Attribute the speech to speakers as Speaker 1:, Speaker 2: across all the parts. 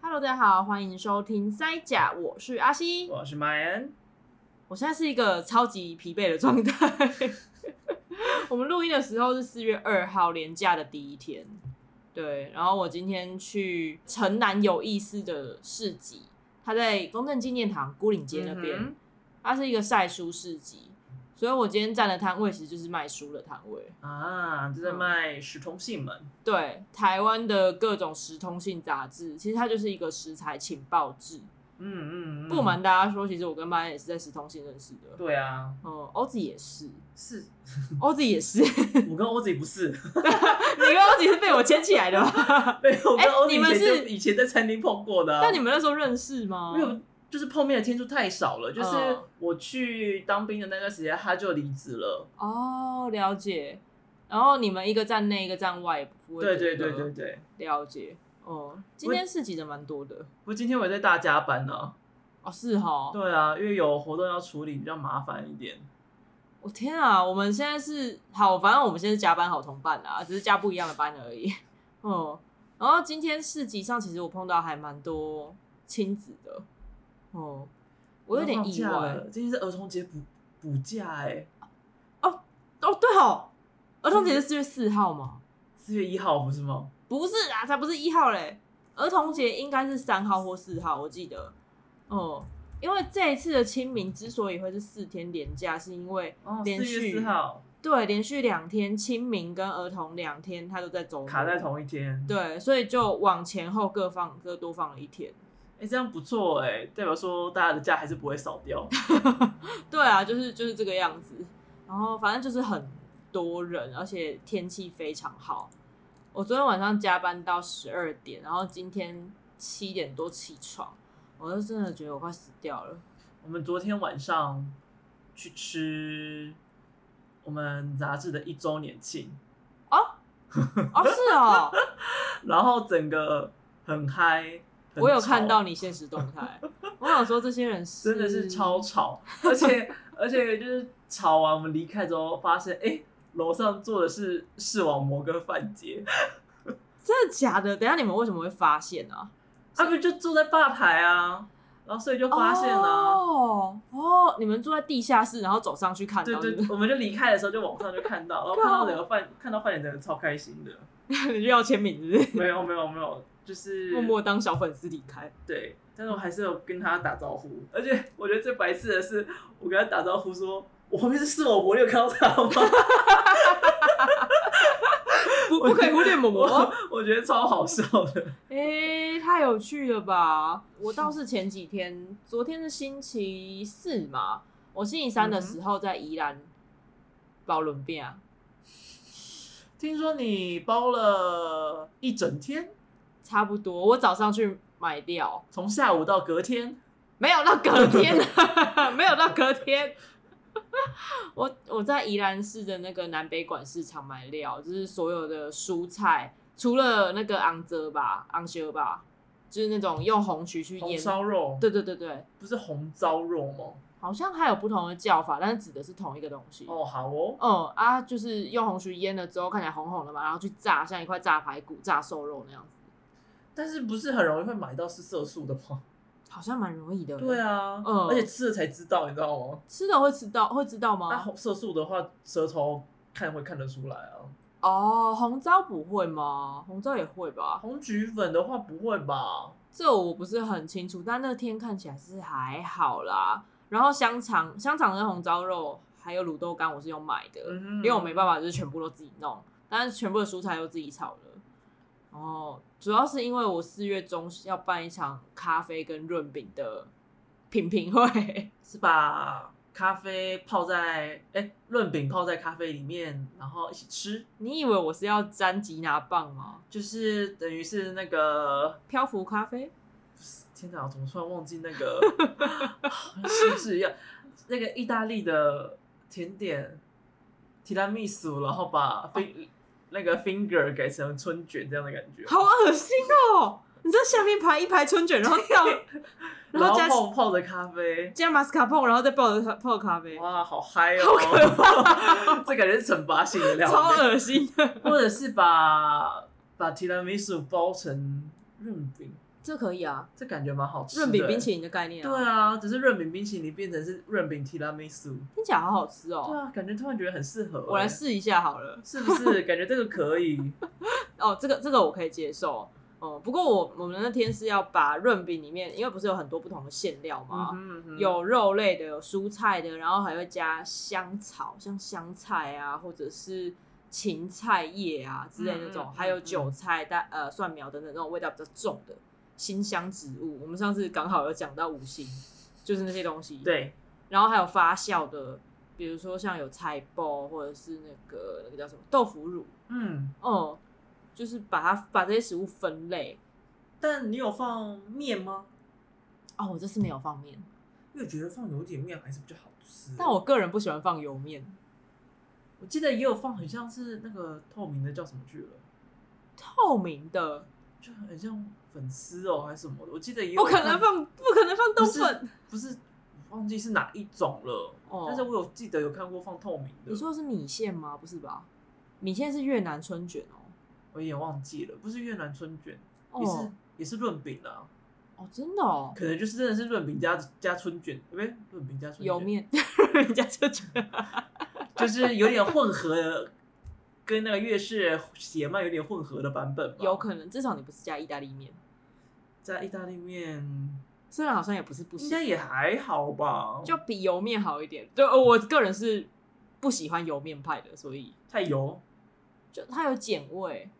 Speaker 1: Hello，大家好，欢迎收听塞甲，我是阿西。
Speaker 2: 我是 My N，
Speaker 1: 我现在是一个超级疲惫的状态。 我们录音的时候是四月二号连假的第一天，对。然后我今天去城南有意思的市集，它在中正纪念堂孤岭街那边，
Speaker 2: 嗯
Speaker 1: 它是一个晒书市集，所以我今天站的摊位其实就是卖书的摊位。
Speaker 2: 哼啊，这在
Speaker 1: 嗯
Speaker 2: 卖十通信门，
Speaker 1: 对台湾的各种时通性杂志，其实它就是一个食材情报志。
Speaker 2: 嗯嗯，嗯
Speaker 1: 不瞒，大家说，其实我跟妈也是在时通性认识的。
Speaker 2: 对啊，
Speaker 1: 嗯，欧子也是，
Speaker 2: 是，
Speaker 1: 欧子也是， 你
Speaker 2: 我跟欧子也不是，
Speaker 1: 跟欧子是被我牵起来的吧？
Speaker 2: 对，我
Speaker 1: 哎
Speaker 2: 跟欧子
Speaker 1: 你
Speaker 2: 以
Speaker 1: 们
Speaker 2: 前就是以前在餐厅碰过的啊，
Speaker 1: 但你们那时候认识吗？
Speaker 2: 没有，就是碰面的天数太少了，就是
Speaker 1: 嗯
Speaker 2: 我去当兵的那段时间，他就离职了，
Speaker 1: 哦，了解。然后你们一个站内，一个站外，不会
Speaker 2: 对
Speaker 1: 觉得
Speaker 2: 对
Speaker 1: 嗯
Speaker 2: 对对对，
Speaker 1: 了解。哦，今天市集的蛮多的
Speaker 2: 不过今天我也在大加班呢、
Speaker 1: 哦，是哈。
Speaker 2: 对啊，因为有活动要处理，比较麻烦一点，
Speaker 1: 我、天啊，我们现在是好，反正我们现在是加班好同伴啦，只是加不一样的班而已。哦、然后今天市集上其实我碰到还蛮多亲子的，哦、我有点
Speaker 2: 放
Speaker 1: 意
Speaker 2: 假
Speaker 1: 外
Speaker 2: 了，今天是儿童节补补假哎、
Speaker 1: 哦。对哦，儿童节是四月四号吗？
Speaker 2: 四月一号不是吗？
Speaker 1: 不是啊，才不是一号嘞，儿童节应该是三号或四号，我记得。哦、因为这一次的清明之所以会是四天连假，是因为
Speaker 2: 哦，四
Speaker 1: 连
Speaker 2: 月
Speaker 1: 续、
Speaker 2: 四号
Speaker 1: 对连续两天清明跟儿童两天，它都在周末
Speaker 2: 卡在同一天，
Speaker 1: 对，所以就往前后各放各多放了一天。
Speaker 2: 哎、这样不错哎、代表说大家的假还是不会少掉。
Speaker 1: 对啊，就是就是这个样子。然后反正就是很多人，而且天气非常好。我昨天晚上加班到十二点，然后今天七点多起床，我就真的觉得我快死掉了。
Speaker 2: 我们昨天晚上去吃我们杂志的一周年庆，
Speaker 1: 哦，是 哦，
Speaker 2: 然后整个很嗨，很
Speaker 1: 我有
Speaker 2: 吵
Speaker 1: 看到，你现实动态，我想说这些人是
Speaker 2: 真的是超 吵，而且而且就是吵完我们离开之后，发现哎。诶楼上坐的是视网膜跟范杰，
Speaker 1: 真的假的？等一下你们为什么会发现啊？
Speaker 2: 他们就坐在吧台啊，然后所以就发现啊，
Speaker 1: 哦哦，你们住在地下室，然后走上去看到
Speaker 2: 对
Speaker 1: 是
Speaker 2: 对
Speaker 1: 不是，，
Speaker 2: 我们就离开的时候就网上就看到，然后看到整个范看到范姐真的超开心的，
Speaker 1: 你就要签名是不是？
Speaker 2: 没有没有没有，就是
Speaker 1: 默默当小粉丝离开。
Speaker 2: 对，但是我还是有跟他打招呼，而且我觉得最白痴的是，我跟他打招呼说，我后面是视网膜，你有看到他吗？
Speaker 1: 不不可以忽略某啊某。
Speaker 2: 我我觉得超好笑的，
Speaker 1: 哎、太有趣了吧！我倒是前几天，昨天是星期四嘛，我星期三的时候在宜兰保伦变啊，
Speaker 2: 听说你包了一整天，
Speaker 1: 差不多。我早上去买料，
Speaker 2: 从下午到隔天，
Speaker 1: 没有到隔 天，没有到隔天。我我在宜兰市的那个南北馆市场买料，就是所有的蔬菜，除了那个昂泽吧、昂修吧，就是那种用红曲去
Speaker 2: 红
Speaker 1: 腌。
Speaker 2: 烧肉，
Speaker 1: 对对对对，
Speaker 2: 不是红糟肉吗？
Speaker 1: 好像还有不同的叫法，但是指的是同一个东西。
Speaker 2: 哦，好哦，
Speaker 1: 嗯啊，就是用红曲腌了之后看起来红红的嘛，然后去炸，像一块炸排骨、炸瘦肉那样子，
Speaker 2: 但是不是很容易会买到是色素的吗？
Speaker 1: 好像蛮容易的。
Speaker 2: 对，啊，
Speaker 1: 嗯
Speaker 2: 而且吃了才知道，你知道吗？
Speaker 1: 吃的会吃到会知道吗？
Speaker 2: 那、啊红色素的话，舌头看会看得出来啊。
Speaker 1: 哦，红糟不会吗？红糟也会吧？
Speaker 2: 红菊粉的话不会吧？
Speaker 1: 这我不是很清楚，但那天看起来是还好啦。然后香肠、香肠跟红糟肉还有卤豆干，我是有买的，
Speaker 2: 嗯哼
Speaker 1: 因为我没办法就是全部都自己弄，但是全部的蔬菜都自己炒的。然后主要是因为我四月中要办一场咖啡跟润饼的品评会，
Speaker 2: 是把咖啡泡在哎润饼泡在咖啡里面，然后一起吃，
Speaker 1: 你以为我是要沾吉拿棒吗？
Speaker 2: 就是等于是那个
Speaker 1: 漂浮咖啡？
Speaker 2: 天哪，我怎么突然忘记那个 好像失智一样？那个意大利的甜点提拉米苏，然后
Speaker 1: 哦
Speaker 2: 把 fin、那个 finger 改成春卷这样的感觉，
Speaker 1: 好恶心哦！你在下面排一排春卷，然后 掉，然
Speaker 2: 然
Speaker 1: 后
Speaker 2: 后
Speaker 1: 加
Speaker 2: 泡泡着咖啡，
Speaker 1: 加马斯卡碰，然后再抱着泡咖啡。
Speaker 2: 哇，好嗨哦！
Speaker 1: 好可
Speaker 2: 怕， 这感觉是惩罚性的料
Speaker 1: 超
Speaker 2: 理，
Speaker 1: 恶心的。
Speaker 2: 或者是把把提拉米苏包成润饼，
Speaker 1: 这可以啊，
Speaker 2: 这感觉蛮好吃的。
Speaker 1: 润饼冰淇淋的概念、
Speaker 2: 对，啊，只是润饼冰淇淋变成是润饼提拉米苏。
Speaker 1: 听起来好好吃哦、
Speaker 2: 对啊，感觉突然觉得很适合欸、
Speaker 1: 我来试一下好了。
Speaker 2: 是不是？感觉这个 可以。
Speaker 1: 哦，这个这个我可以接受。哦、不过我我们那天是要把润饼里面，因为不是有很多不同的馅料
Speaker 2: 嗯
Speaker 1: 嘛，
Speaker 2: 哼嗯哼
Speaker 1: 有肉类的，有蔬菜的，然后还会加香草，像香菜啊，或者是芹菜叶啊之类的那种，
Speaker 2: 嗯嗯嗯
Speaker 1: 还有韭菜、大呃蒜苗等等那种味道比较重的辛香植物。我们上次刚好有讲到五辛，就是那些东西。，
Speaker 2: 对，
Speaker 1: 然后还有发酵的，比如说像有菜包或者是那个那个叫什么豆腐乳，
Speaker 2: 嗯，
Speaker 1: 哦、就是把它把这些食物分类。
Speaker 2: 但你有放面吗？
Speaker 1: 哦，我这次没有放面，
Speaker 2: 因为我觉得放有点面还是比较好吃。欸
Speaker 1: 但我个人不喜欢放油面。
Speaker 2: 我记得也有放，很像是那个透明的叫什么去了，
Speaker 1: 透明的，
Speaker 2: 就很像粉丝哦还是什么的。我记得也有
Speaker 1: 不可能
Speaker 2: 看
Speaker 1: 放，不可能放冬粉。
Speaker 2: 不是，我忘记是哪一种了。
Speaker 1: 哦
Speaker 2: 但是我有记得有看过放透明的，
Speaker 1: 你说的是米线吗？不是吧？米线是越南春卷哦。
Speaker 2: 我有点忘记了，不是越南春卷，也是
Speaker 1: 哦
Speaker 2: 也是润饼啊，
Speaker 1: 哦，真的哦，
Speaker 2: 可能就是真的是润饼加加春卷，不对，润饼加春卷，
Speaker 1: 油面， 人家就觉 得
Speaker 2: 就是有点混合的，跟那个粤式斜麦有点混合的版本吧。
Speaker 1: 有可能，至少你不是加意大利面，
Speaker 2: 在意大利面
Speaker 1: 虽然好像也不是不
Speaker 2: 应
Speaker 1: 行，
Speaker 2: 该也还好吧，
Speaker 1: 就比油面好一点。对，呃我个人是不喜欢油面派的，所以
Speaker 2: 太油，
Speaker 1: 就它有碱味，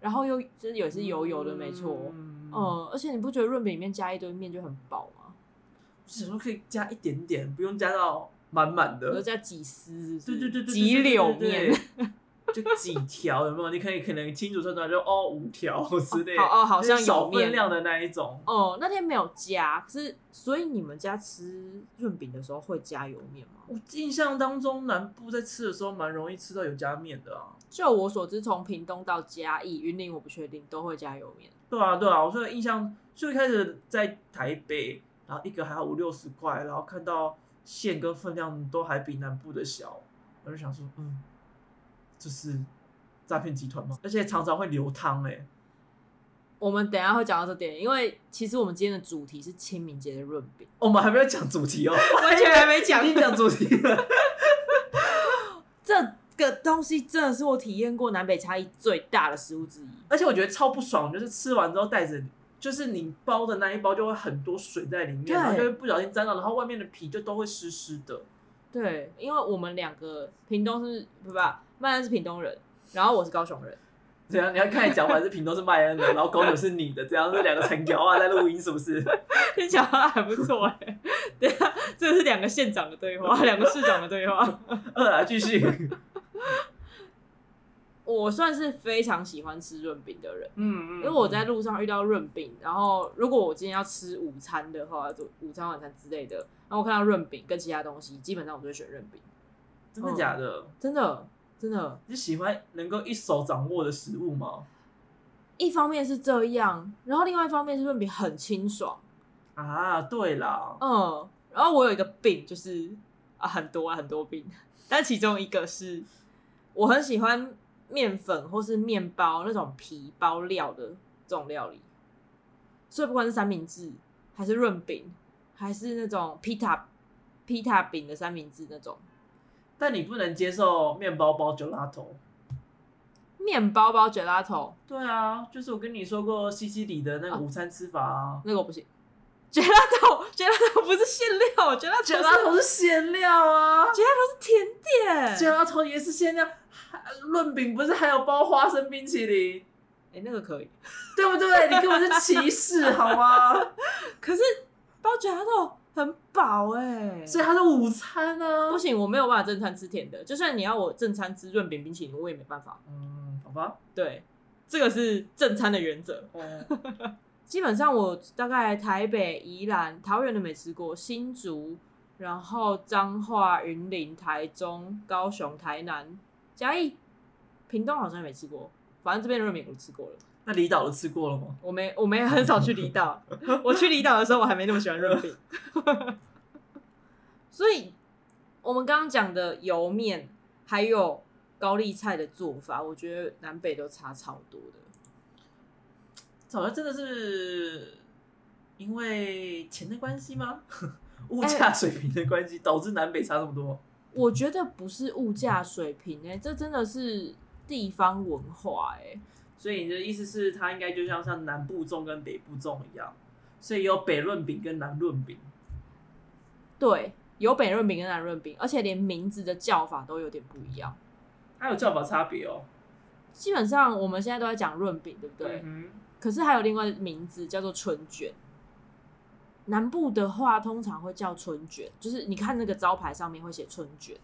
Speaker 1: 然后又就是也是油油的，没错。
Speaker 2: 嗯
Speaker 1: 嗯，而且你不觉得润饼里面加一堆面就很饱吗？
Speaker 2: 只说可以加一点点，不用加到满满
Speaker 1: 比如
Speaker 2: 的。
Speaker 1: 加几丝，
Speaker 2: 啊对对对对，对
Speaker 1: 几柳，
Speaker 2: 对
Speaker 1: 面
Speaker 2: 对，对对 就几条有没有？你可以可能清楚算出来就哦五条之类的，
Speaker 1: 好哦，好像
Speaker 2: 就是
Speaker 1: 有
Speaker 2: 少
Speaker 1: 面
Speaker 2: 分量的那一种。
Speaker 1: 哦，那天没有加，可是所以你们家吃润饼的时候会加油面吗？
Speaker 2: 我印象当中，南部在吃的时候蛮容易吃到有加面的啊。
Speaker 1: 就我所知，从屏东到嘉义、云林，我不确定都会加油面。
Speaker 2: 对啊，对啊，我说的印象最开始在台北，然后一个还要五六十块，然后看到馅跟分量都还比南部的小，我就想说，嗯，这是诈骗集团吗？而且常常会流汤哎、
Speaker 1: 我们等一下会讲到这点，因为其实我们今天的主题是清明节的润 饼，
Speaker 2: 我们还没有讲主题哦，
Speaker 1: 完全还没讲
Speaker 2: 已。经讲主题了。
Speaker 1: 这个东西真的是我体验过南北差异最大的食物之一。
Speaker 2: 而且我觉得超不爽，就是吃完之后带着，就是你包的那一包就会很多水在里面，
Speaker 1: 对
Speaker 2: 然后就会不小心沾到，然后外面的皮就都会湿湿的。
Speaker 1: 对，因为我们两个屏东是不不，曼恩是屏东人，然后我是高雄 人。
Speaker 2: 怎样？你要看你讲完是屏东是麦恩的，然后狗友是你的，这样这两个成条啊在录音是不是？
Speaker 1: 听起来还不错哎、 对啊，这是两个县长的对话，两个市长的对话。
Speaker 2: 二来呃继续。
Speaker 1: 我算是非常喜欢吃润饼的人，
Speaker 2: 嗯
Speaker 1: 因为我在路上遇到润饼，然后如果我今天要吃午餐的话，就午餐、晚餐之类的，然后我看到润饼跟其他东西，基本上我就会选润饼，
Speaker 2: 真的假的？
Speaker 1: 真的真的。
Speaker 2: 你喜欢能够一手掌握的食物吗？
Speaker 1: 一方面是这样，然后另外一方面是润饼很清爽，
Speaker 2: 啊，对啦，
Speaker 1: 嗯。然后我有一个病，就是啊很多啊很多病，但其中一个是我很喜欢面粉或是面包那种皮包料的这种料理，所以不管是三明治还是润饼，还是那种披萨披萨饼的三明治那种
Speaker 2: 但你不能接受面包包 gelato。
Speaker 1: 面包包 gelato
Speaker 2: 对啊，就是我跟你说过西西里的那个午餐吃法啊。
Speaker 1: 那个我不行，gelato gelato 不是馅料，gelato 是
Speaker 2: gelato 是馅料啊
Speaker 1: gelato 是甜点，
Speaker 2: ，gelato 也是馅料。还润饼不是还有包花生冰淇淋，
Speaker 1: 哎、那个可以。
Speaker 2: 对不对？你根本是歧视好吗？
Speaker 1: 可是包卷它都很饱哎、
Speaker 2: 所以它是午餐啊。
Speaker 1: 不行，我没有办法正餐吃甜的。就算你要我正餐吃润饼冰淇淋，我也没办法。
Speaker 2: 嗯，好吧。
Speaker 1: 对，这个是正餐的原则。
Speaker 2: 哦，
Speaker 1: 基本上我大概台北、宜兰、桃园的没吃过，新竹，然后彰化、云林、台中、高雄、台南、嘉义、屏东好像也没吃过。反正这边的润饼我吃过了，
Speaker 2: 那离岛的吃过了吗？
Speaker 1: 我没我没很少去离岛，我去离岛的时候我还没那么喜欢润饼， 所以我们刚刚讲的油面还有高丽菜的做法，我觉得南北都差超多的。
Speaker 2: 早就真的是因为钱的关系吗？ 物价水平的关系导致南北差这么多。
Speaker 1: 我觉得不是物价水平哎、这真的是地方文化哎、
Speaker 2: 所以你的意思是，它应该就像像南部粽跟北部粽一样，所以有北论饼跟南论饼。
Speaker 1: 对，有北润饼跟南润饼，而且连名字的叫法都有点不一样。
Speaker 2: 还有叫法差别哦。
Speaker 1: 基本上我们现在都在讲润饼，对不对？
Speaker 2: 嗯
Speaker 1: 可是还有另外的名字叫做春卷。南部的话，通常会叫春卷，就是你看那个招牌上面会写春卷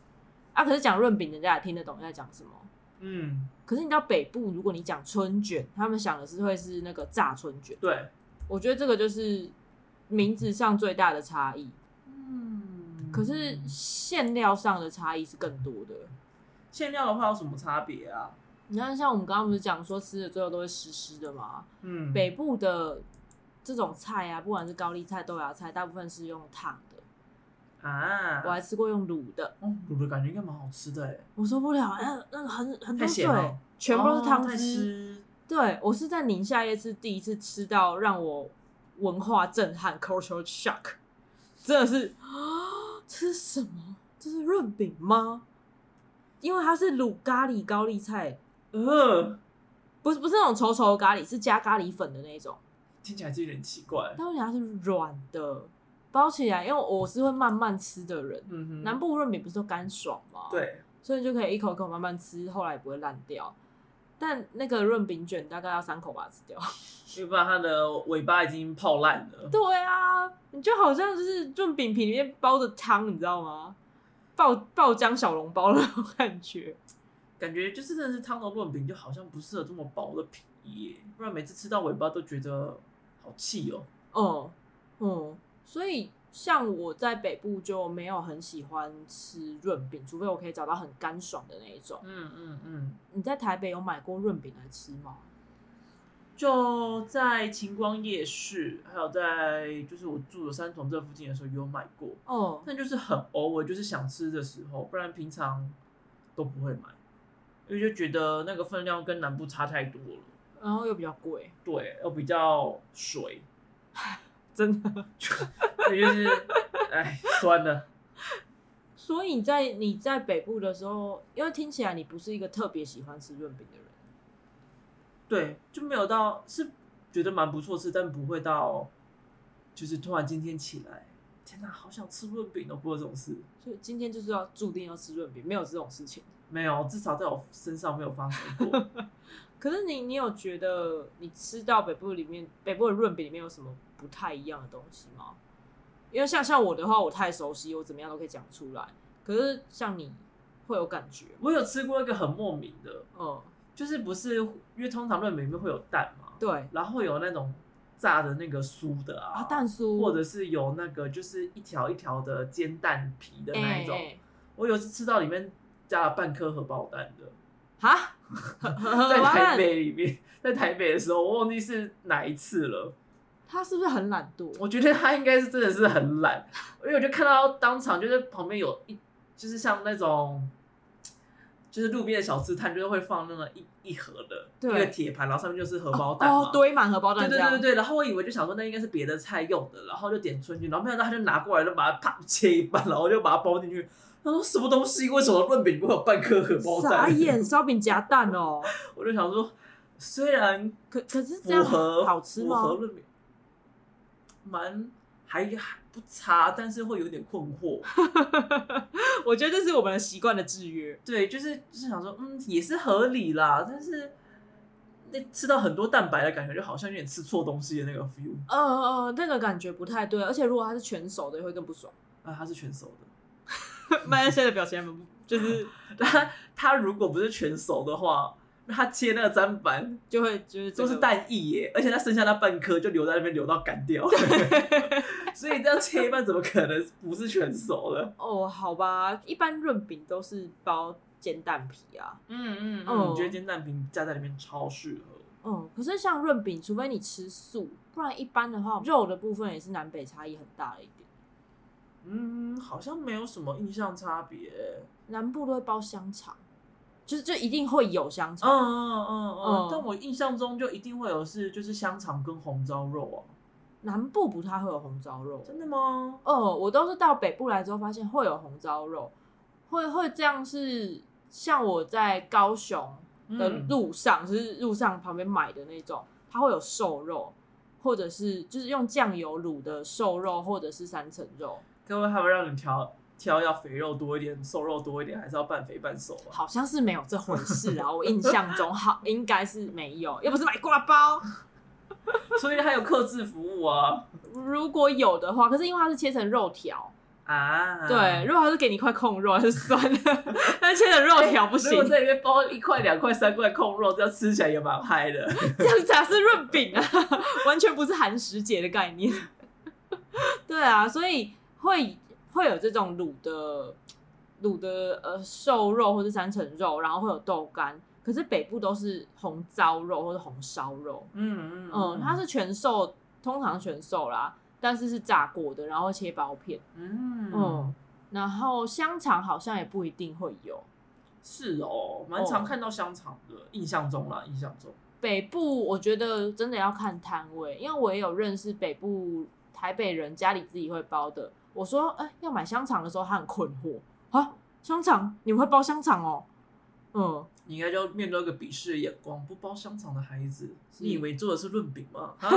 Speaker 1: 啊。可是讲润饼，人家也听得懂你在讲什么。
Speaker 2: 哼嗯，
Speaker 1: 可是你到北部，如果你讲春卷，他们想的是会是那个炸春卷。
Speaker 2: 对，
Speaker 1: 我觉得这个就是名字上最大的差异，
Speaker 2: 嗯
Speaker 1: 可是馅料上的差异是更多的。
Speaker 2: 馅料的话有什么差别啊？
Speaker 1: 你看，像我们刚刚不是讲说吃的最后都会湿湿的嘛？
Speaker 2: 嗯，
Speaker 1: 北部的这种菜啊，不管是高丽菜、豆芽菜，大部分是用烫的。
Speaker 2: 啊，
Speaker 1: 我还吃过用卤的，
Speaker 2: 哦，卤的感觉应该蛮好吃的哎，
Speaker 1: 我受不了，那那很很多
Speaker 2: 太
Speaker 1: 水
Speaker 2: 咸了，
Speaker 1: 全部都是汤
Speaker 2: 哦太
Speaker 1: 汁。
Speaker 2: 湿。
Speaker 1: 对我是在宁夏夜市第一次吃到让我文化震撼 （cultural shock），真的是啊，这是什么？这是润饼吗？因为它是卤咖喱高丽菜，
Speaker 2: 呃，
Speaker 1: 不是不是那种稠稠的咖喱，是加咖喱粉的那种。
Speaker 2: 听起来就有点奇怪。
Speaker 1: 但问题它是软的，包起来，因为我是会慢慢吃的人。
Speaker 2: 嗯哼，
Speaker 1: 南部润饼不是都干爽吗？，
Speaker 2: 对，
Speaker 1: 所以就可以一口一口慢慢吃，后来也不会烂掉。但那个润饼卷大概要三口把它吃掉。
Speaker 2: 要不然它的尾巴已经泡烂了。
Speaker 1: 对啊，你就好像就是润饼皮里面包着汤，你知道吗？爆爆浆小笼包的那种感觉。
Speaker 2: 感觉就是真的是汤的润饼，就好像不适合这么薄的皮耶，不然每次吃到尾巴都觉得好气哦。
Speaker 1: 哦、嗯，所以像我在北部就没有很喜欢吃润饼，除非我可以找到很干爽的那一种。
Speaker 2: 嗯嗯嗯，
Speaker 1: 你在台北有买过润饼来吃吗？
Speaker 2: 就在晴光夜市，还有在就是我住的三重这附近的时候有买过，
Speaker 1: 哦，
Speaker 2: 但就是很偶尔，就是想吃的时候，不然平常都不会买，因为就觉得那个分量跟南部差太多了。
Speaker 1: 然后又比较贵，
Speaker 2: 对，又比较水，
Speaker 1: 真的。
Speaker 2: 那就是 哎，算了。
Speaker 1: 所以你在你在北部的时候，因为听起来你不是一个特别喜欢吃润饼的人。
Speaker 2: 对，就没有到是觉得蛮不错吃，但不会到就是突然今天起来，天哪，好想吃润饼哦，不会这种事。
Speaker 1: 所以今天就是要注定要吃润饼，没有这种事情。
Speaker 2: 没有，至少在我身上没有发生过。
Speaker 1: 可是你，你有觉得你吃到北部里面北部的润饼里面有什么不太一样的东西吗？因为像像我的话，我太熟悉，我怎么样都可以讲出来。可是像你会有感觉，
Speaker 2: 我有吃过一个很莫名的，
Speaker 1: 嗯，就是
Speaker 2: 不是因为通常润饼里面会有蛋嘛，
Speaker 1: 对
Speaker 2: 然后有那种炸的那个酥的啊，
Speaker 1: 啊，蛋酥
Speaker 2: 或者是有那个就是一条一条的煎蛋皮的那一种。
Speaker 1: 哎
Speaker 2: 我有一次吃到里面加了半颗荷包蛋的，
Speaker 1: 哎哈，在
Speaker 2: 在台，北里面，在台北的时候，我忘记是哪一次了。
Speaker 1: 他是不是很懒惰？
Speaker 2: 我觉得他应该是真的是很懒，因为我就看到当场就是旁边有一，就是像那种，就是路边的小吃摊，就是会放那种一一盒的
Speaker 1: 对
Speaker 2: 一个铁盘，然后上面就是荷包蛋嘛
Speaker 1: 哦，堆满荷包蛋
Speaker 2: 对
Speaker 1: 这
Speaker 2: 对
Speaker 1: 样，
Speaker 2: 对对对，然后我以为就想说那应该是别的菜用的，然后就点春卷，然后没想到他就拿过来就把它啪 切一半，然后就把它包进去。他说什么东西？为什么润饼会有半颗荷包
Speaker 1: 傻
Speaker 2: 蛋？
Speaker 1: 眼，烧饼夹蛋哦。
Speaker 2: 我就想说，虽然
Speaker 1: 可可是这
Speaker 2: 符
Speaker 1: 样
Speaker 2: 合
Speaker 1: 好吃吗
Speaker 2: 符合？论点蛮还还不差，但是会有点困惑。
Speaker 1: 我觉得这是我们的习惯的制约。
Speaker 2: 对，就是就是想说，嗯，也是合理啦，但是那吃到很多蛋白的感觉，就好像有点吃错东西的那个 feel
Speaker 1: 呃呃，那个感觉不太对，而且如果它是全熟的，会更不 爽。
Speaker 2: 啊，它是全熟的。
Speaker 1: 麦恩现在的表情还蛮不就是
Speaker 2: 它它如果不是全熟的话，那它切那个砧板
Speaker 1: 就会就是这
Speaker 2: 都
Speaker 1: 个
Speaker 2: 是蛋液耶，而且它剩下那半颗就留在那边留到干掉， 所以这样切一半怎么可能不是全熟的？
Speaker 1: 哦，好吧，一般润饼都是包煎蛋皮啊。
Speaker 2: 嗯嗯
Speaker 1: 嗯
Speaker 2: 我觉得煎蛋饼加在里面超适合。
Speaker 1: 嗯，可是像润饼，除非你吃素，不然一般的话，肉的部分也是南北差异很大的一点。
Speaker 2: 嗯，好像没有什么印象差别。
Speaker 1: 南部都会包香肠，就是就一定会有香
Speaker 2: 嗯
Speaker 1: 肠。
Speaker 2: 嗯嗯
Speaker 1: 嗯
Speaker 2: 嗯，但我印象中就一定会有是就是香肠跟红烧肉啊，
Speaker 1: 南部不太会有红烧肉，
Speaker 2: 真的吗？
Speaker 1: 哦，我都是到北部来之后发现会有红烧肉，会会这样是像我在高雄的
Speaker 2: 嗯
Speaker 1: 路上，就是路上旁边买的那种，它会有瘦肉，或者是就是用酱油卤的瘦肉，或者是三层肉，
Speaker 2: 各位，他们让你挑挑要肥肉多一点，瘦肉多一点，还是要半肥半瘦啊？
Speaker 1: 好像是没有这回事啊，我印象中好应该是没有，又不是买挂包。
Speaker 2: 所以他有克制服务啊
Speaker 1: 如果有的话，可是因为它是切成肉条，
Speaker 2: 啊！
Speaker 1: 对，，如果它是给你一块控肉，还是酸的， 但切成肉条不
Speaker 2: 如
Speaker 1: 行
Speaker 2: 果，在里面包一块、两块、三块控肉，这样吃起来也蛮嗨的。
Speaker 1: 这样才是润饼啊，完全不是寒食节的概念。 对啊，所以会会有这种卤的卤的呃瘦肉或是三层肉，然后会有豆干。可是北部都是红糟肉或者红烧肉，
Speaker 2: 嗯
Speaker 1: 嗯，它是全瘦，通常全瘦啦，但是是炸过的，然后切薄片，
Speaker 2: 嗯
Speaker 1: 嗯，然后香肠好像也不一定会有。
Speaker 2: 是哦，蛮常看到香肠的，印象中啦，印象中。
Speaker 1: 北部我觉得真的要看摊位，因为我也有认识北部台北人家里自己会包的。我说，哎、要买香肠的时候，他很困惑啊，香肠你们会包香肠哦？嗯，
Speaker 2: 你应该就面对一个鄙视的眼光，不包香肠的孩子，你以为做的是润饼吗？ 啊，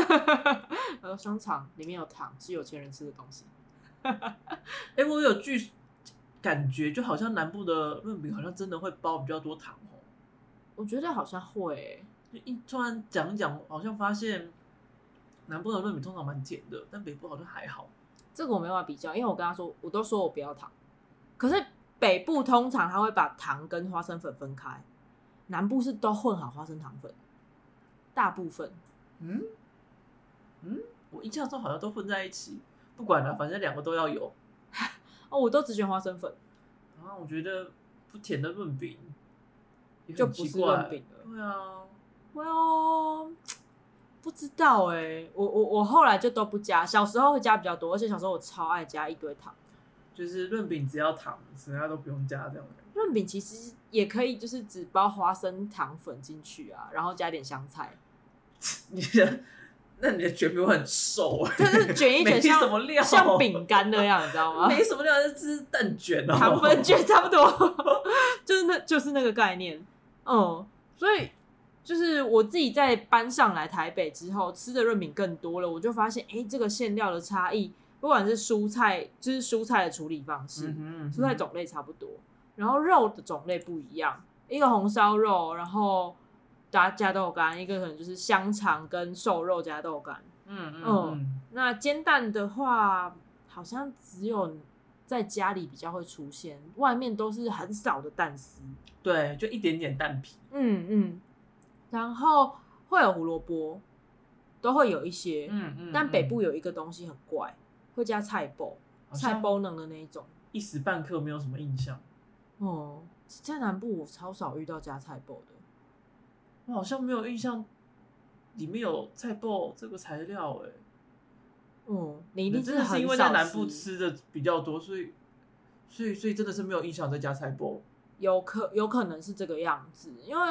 Speaker 1: 呃，香肠里面有糖，是有钱人吃的东西。
Speaker 2: 哎、我有据感觉，就好像南部的润饼好像真的会包比较多糖哦。
Speaker 1: 我觉得好像会欸、
Speaker 2: 就一突然讲一讲，好像发现南部的润饼通常蛮甜的，但北部好像还好。
Speaker 1: 这个我没办法比较，因为我跟他说，我都说我不要糖，可是北部通常他会把糖跟花生粉分开，南部是都混好花生糖粉，大部分。
Speaker 2: 嗯嗯，我印象中好像都混在一起，不管了，反正两个都要有。
Speaker 1: 哦，我都只选花生粉。
Speaker 2: 然后我觉得不甜的润饼也
Speaker 1: 就
Speaker 2: 很
Speaker 1: 不
Speaker 2: 奇
Speaker 1: 是
Speaker 2: 怪
Speaker 1: 润饼了
Speaker 2: 对啊，
Speaker 1: Well，不知道哎、我我我后来就都不加，小时候会加比较多，而且小时候我超爱加一堆糖。
Speaker 2: 就是润饼只要糖，其他都不用加这样的。
Speaker 1: 润饼其实也可以，就是只包花生糖粉进去啊，然后加点香菜，
Speaker 2: 你的 那你的卷饼会很瘦哎、
Speaker 1: 但是卷一
Speaker 2: 没
Speaker 1: 卷
Speaker 2: 什
Speaker 1: 像
Speaker 2: 么料，
Speaker 1: 像饼干那样，你知道吗？
Speaker 2: 没什么料，那只是蛋卷 哦，
Speaker 1: 糖分卷差不多， 就是那就是那个概念。嗯，所以就是我自己在搬上来台北之后，吃的润饼更多了，我就发现，哎、这个馅料的差异，不管是蔬菜，就是蔬菜的处理方式，
Speaker 2: 嗯哼，
Speaker 1: 蔬菜种类差不多，然后肉的种类不一样，一个红烧肉，然后加加豆干，一个可能就是香肠跟瘦肉加豆干。
Speaker 2: 嗯
Speaker 1: 嗯
Speaker 2: 嗯嗯，
Speaker 1: 那煎蛋的话，好像只有在家里比较会出现，外面都是很少的蛋丝。
Speaker 2: 对，就一点点蛋皮，
Speaker 1: 嗯嗯，然后会有胡萝卜，都会有一些。
Speaker 2: 嗯嗯，
Speaker 1: 但北
Speaker 2: 嗯
Speaker 1: 部有一个东西很怪，会加菜包，
Speaker 2: 好
Speaker 1: 菜
Speaker 2: 像
Speaker 1: 包能的那一种。
Speaker 2: 一时半刻没有什么印象，
Speaker 1: 哦，在南部我超少遇到加菜包的。
Speaker 2: 我好像没有印象里面有菜包这个材料哎、
Speaker 1: 嗯，你一定
Speaker 2: 你哦真的是
Speaker 1: 很
Speaker 2: 因为
Speaker 1: 少
Speaker 2: 在南部吃的比较多，所以所以所以真的是没有印象在加菜包，
Speaker 1: 有可有可能是这个样子，因为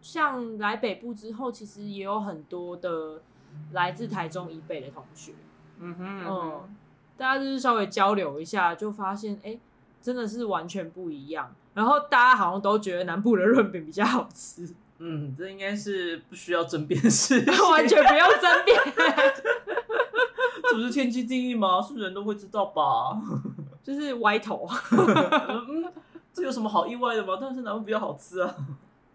Speaker 1: 像来北部之后，其实也有很多的来自台中以北的同学，
Speaker 2: 嗯哼
Speaker 1: 哦大家就是稍微交流一下，就发现哎、诶真的是完全不一样。然后大家好像都觉得南部的润饼比较好吃，
Speaker 2: 嗯，这应该是不需要争辩的事情，
Speaker 1: 完全不用争辩，
Speaker 2: 这不是天经地义吗？是人都会知道吧？
Speaker 1: 就是歪头，
Speaker 2: 嗯，这有什么好意外的吗？但是南部比较好吃啊，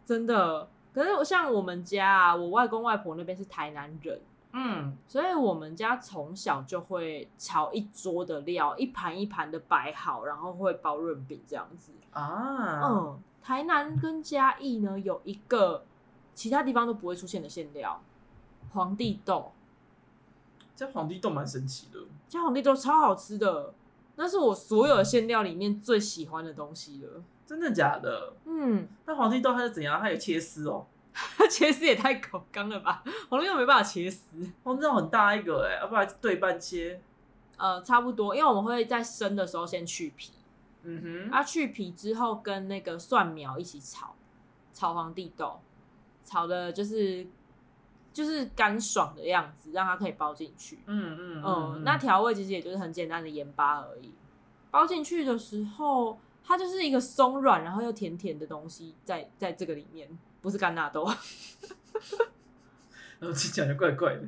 Speaker 1: 真的。可是我像我们家啊，我外公外婆那边是台南人，
Speaker 2: 嗯，
Speaker 1: 所以我们家从小就会炒一桌的料，一盘一盘的摆好，然后会包润饼这样子。
Speaker 2: 啊，
Speaker 1: 嗯，台南跟嘉义呢有一个其他地方都不会出现的馅料，皇帝豆。
Speaker 2: 这皇帝豆蛮神奇的，
Speaker 1: 家皇帝豆超好吃的，那是我所有的馅料里面最喜欢的东西了。
Speaker 2: 真的假的？
Speaker 1: 嗯，
Speaker 2: 那皇帝豆它是怎样？它有切丝哦，
Speaker 1: 它切丝也太狗刚了吧？皇帝豆没办法切丝。
Speaker 2: 皇帝豆哦很大一个哎、要不然对半切。
Speaker 1: 呃，差不多，因为我们会在生啊的时候先去皮，
Speaker 2: 嗯哼，
Speaker 1: 啊，去皮之后跟那个蒜苗一起炒，炒皇帝豆，炒的就是就是干爽的样子，让它可以包进去。
Speaker 2: 嗯嗯
Speaker 1: 嗯，那调味其实也就是很简单的盐巴而已。包进去的时候，它就是一个松软，然后又甜甜的东西在在这个里面，不是干纳豆，
Speaker 2: 然后听起来就怪怪的，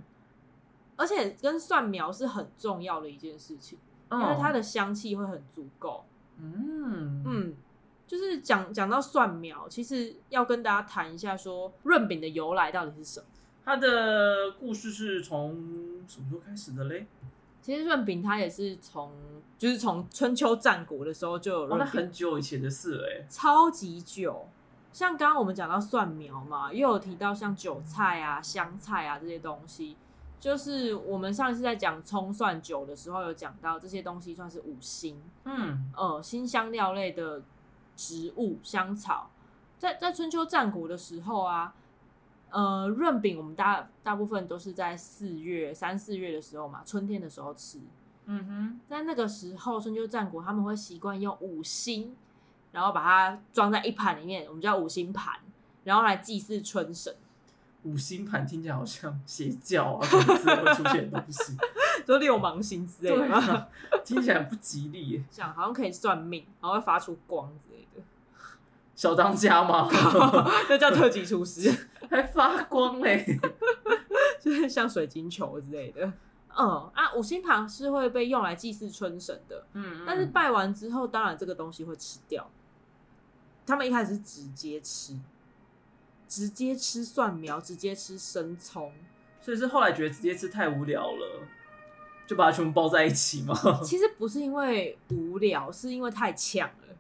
Speaker 1: 而且跟蒜苗是很重要的一件事情，因为它
Speaker 2: 的
Speaker 1: 的香气会很足够。
Speaker 2: 嗯嗯
Speaker 1: 嗯，就是讲讲到蒜苗，其实要跟大家谈一下说润饼的由来到底是什么。
Speaker 2: 它的故事是从什么时候开始的嘞？
Speaker 1: 其实润饼它也是从就是从春秋战国的时候就有
Speaker 2: 哦，
Speaker 1: 润
Speaker 2: 那
Speaker 1: 饼
Speaker 2: 很久以前的事了哎。
Speaker 1: 超级久。像刚刚我们讲到蒜苗嘛，又有提到像韭菜啊、香菜啊这些东西，就是我们上一次在讲葱蒜酒的时候有讲到这些东西算是五辛，
Speaker 2: 嗯
Speaker 1: 呃，辛香料类的植物香草，在在春秋战国的时候啊，呃，润饼我们大大部分都是在四月三四月的时候嘛，春天的时候吃，
Speaker 2: 嗯哼，
Speaker 1: 在那个时候，春秋战国他们会习惯用五星，然后把它装在一盘里面，我们叫五星盘，然后来祭祀春神。
Speaker 2: 五星盘听起来好像邪教啊，什么之类会出现的东西。
Speaker 1: 就六芒星之类的
Speaker 2: 对
Speaker 1: 吗，
Speaker 2: 啊，听起来不吉利耶。
Speaker 1: 这样好像可以算命，然后会发出光之类的，
Speaker 2: 小当家 嘛，
Speaker 1: 那叫特级厨师。
Speaker 2: 还发光嘞。
Speaker 1: 就是像水晶球之类的。嗯啊，五星盘是会被用来祭祀春神的，
Speaker 2: 嗯
Speaker 1: 但是拜完之后，当然这个东西会吃掉。他们一开始是直接吃，直接吃蒜苗，直接吃生葱。
Speaker 2: 所以是后来觉得直接吃太无聊了，就把它全部包在一起 嘛。
Speaker 1: 其实不是因为无聊，是因为太呛了。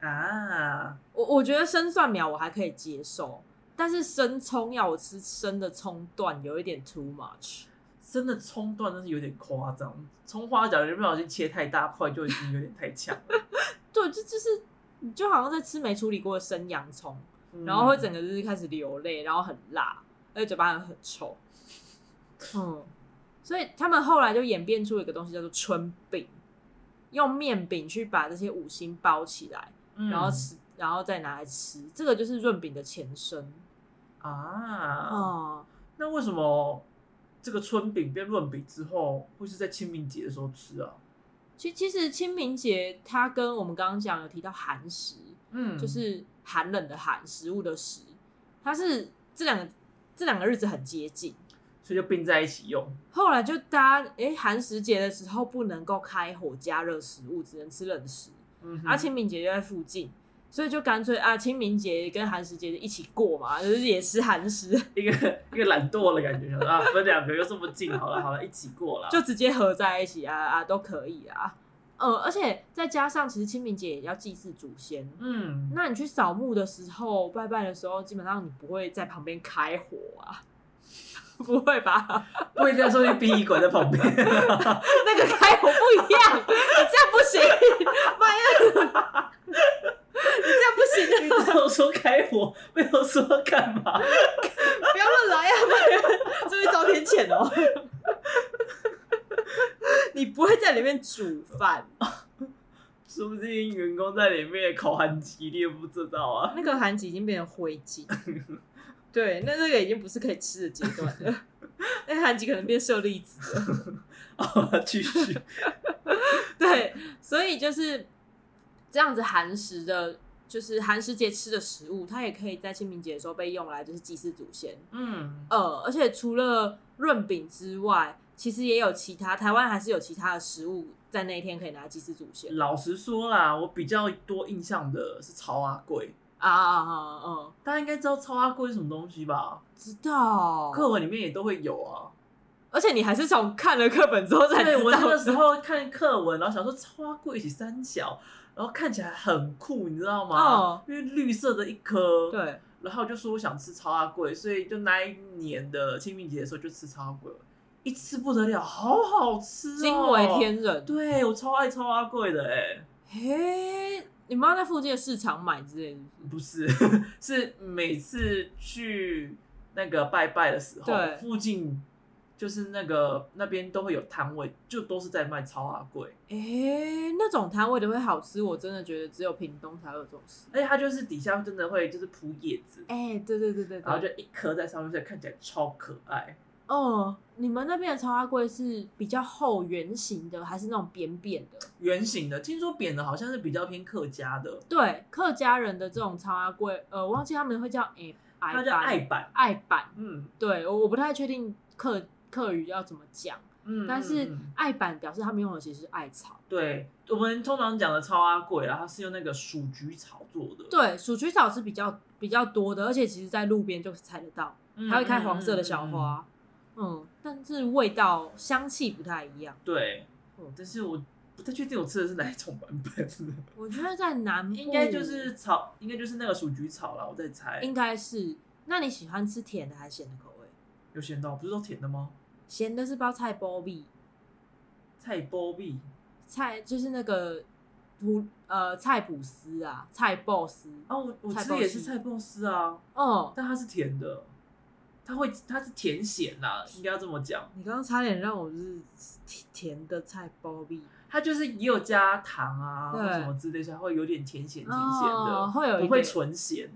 Speaker 2: 啊，
Speaker 1: 我我觉得生蒜苗我还可以接受，但是生葱要我吃生的葱段，有一点 too much。
Speaker 2: 真的葱段真是有点夸张，葱花假如不小心切太大块，就已经有点太强了。
Speaker 1: 对，这就是你就好像在吃没处理过的生洋葱。然后会整
Speaker 2: 嗯
Speaker 1: 个就是开始流泪，然后很辣，而且嘴巴很很臭。嗯， 所以他们后来就演变出一个东西叫做春饼，用面饼去把这些五星包起来，
Speaker 2: 嗯
Speaker 1: 然后吃，然后再拿来吃。这个就是润饼的前身。
Speaker 2: 啊，
Speaker 1: 哦、
Speaker 2: 那为什么这个春饼变润饼之后，会是在清明节的时候吃啊？
Speaker 1: 其其实清明节它跟我们刚刚讲有提到寒食，
Speaker 2: 嗯
Speaker 1: 就是寒冷的寒，食物的食，它是这两个这两个日子很接近。
Speaker 2: 所以就并在一起用。
Speaker 1: 后来就大家哎，寒食节的时候不能够开火加热食物，只能吃冷食。
Speaker 2: 嗯哼
Speaker 1: 啊，清明节就在附近，所以就干脆啊，清明节跟寒食节一起过嘛，就是也吃寒食，
Speaker 2: 一个一个懒惰的感觉，想说啊，分两个又这么近，好了好了，一起过了。
Speaker 1: 就直接合在一起啊啊都可以啊。呃，而且再加上其实清明节也要祭祀祖先。
Speaker 2: 嗯，
Speaker 1: 那你去扫墓的时候，拜拜的时候，基本上你不会在旁边开火啊， 不会吧？
Speaker 2: 不一定要说去殡仪馆在旁 边。
Speaker 1: 那个开火不一样，你这样不行，妈呀，你这样不行啊的。
Speaker 2: 你只有说开火，没有说干嘛。
Speaker 1: 不要乱来啊！这边遭天谴哦。你不会在里面煮饭，
Speaker 2: 说不定员工在里面烤韩鸡，你也不知道啊。
Speaker 1: 那个韩籍已经变成灰 烬。对，那那个已经不是可以吃的阶段了。那韩籍可能变舍利子了。
Speaker 2: 啊，继续。
Speaker 1: 对，所以就是这样子，韩食的，就是韩食节吃的食物，它也可以在清明节的时候被用来就是祭祀祖先。
Speaker 2: 嗯，
Speaker 1: 呃，而且除了润饼之外，其实也有其他台湾还是有其他的食物在那一天可以拿来祭祀祖先
Speaker 2: 老实说啦，我比较多印象的是超阿贵，
Speaker 1: 啊啊啊啊！嗯
Speaker 2: 大家应该知道超阿贵是什么东西吧？
Speaker 1: 知道，
Speaker 2: 课文里面也都会有啊。
Speaker 1: 而且你还是从看了课本之后才知道。
Speaker 2: 对我那个时候看课文，然后想说超阿贵一起三小，然后看起来很酷，你知道吗？
Speaker 1: 哦
Speaker 2: 因为绿色的一颗，，
Speaker 1: 对，
Speaker 2: 然后就说我想吃超阿贵，所以就那一年的清明节的时候就吃超阿贵，一吃不得了，好好吃、哦，
Speaker 1: 惊为天人。
Speaker 2: 对我超爱超阿贵的哎、
Speaker 1: 嘿，你妈在附近的市场买之类的是不
Speaker 2: 不是， 是每次去那个拜拜的时候
Speaker 1: 对，
Speaker 2: 附近就是那个那边都会有摊位，就都是在卖超阿贵，
Speaker 1: 哎、那种摊位的会好吃，我真的觉得只有屏东才有这种事。
Speaker 2: 而且它就是底下真的会就是铺叶子，
Speaker 1: 哎、对对对对
Speaker 2: 然后
Speaker 1: 对，
Speaker 2: 就一颗在上面，所以看起来超可爱。
Speaker 1: 哦，你们那边的超阿贵是比较厚圆形的，还是那种扁扁的？
Speaker 2: 圆形的，听说扁的好像是比较偏客家的，
Speaker 1: 对，客家人的这种超阿贵，呃，我忘记他们会叫哎、矮
Speaker 2: 它叫
Speaker 1: 板
Speaker 2: 爱板。
Speaker 1: 爱板，
Speaker 2: 嗯
Speaker 1: 对我我不太确定客客语要怎么讲，
Speaker 2: 嗯，
Speaker 1: 但是
Speaker 2: 嗯嗯
Speaker 1: 爱板表示他们用的其实是艾草。
Speaker 2: 对我们通常讲的超阿贵啊啦，它是用那个鼠菊草做的，
Speaker 1: 对，鼠曲草是比较比较多的，而且其实在路边就采得到，
Speaker 2: 嗯，
Speaker 1: 它会开黄色的
Speaker 2: 嗯
Speaker 1: 小。
Speaker 2: 嗯嗯
Speaker 1: 花，嗯但是味道香气不太一样。
Speaker 2: 对
Speaker 1: 嗯，
Speaker 2: 但是我不太确定我吃的是哪一种版 本，
Speaker 1: 我觉得在南部
Speaker 2: 应该就是草，应该就是那个鼠菊草啦，我在猜。
Speaker 1: 应该是，那你喜欢吃甜的还是咸的口味？
Speaker 2: 有咸到，不是都甜的吗？
Speaker 1: 咸的是包菜包米，
Speaker 2: 菜包币，
Speaker 1: 菜就是那个胡呃菜脯丝啊，菜爆丝，
Speaker 2: 啊，我我
Speaker 1: 菜
Speaker 2: 吃
Speaker 1: 包
Speaker 2: 的也是
Speaker 1: 丝
Speaker 2: 菜包丝啊，
Speaker 1: 哦、
Speaker 2: 但它是甜的，它会它是甜咸啦，
Speaker 1: 嗯
Speaker 2: 应该要这么讲。
Speaker 1: 你刚刚差点让我就是甜的菜包米，
Speaker 2: 它就是也有加糖啊，
Speaker 1: 对
Speaker 2: 或什么之类的，它会有点甜咸甜咸的，
Speaker 1: 哦会有一
Speaker 2: 不会
Speaker 1: 点
Speaker 2: 纯咸。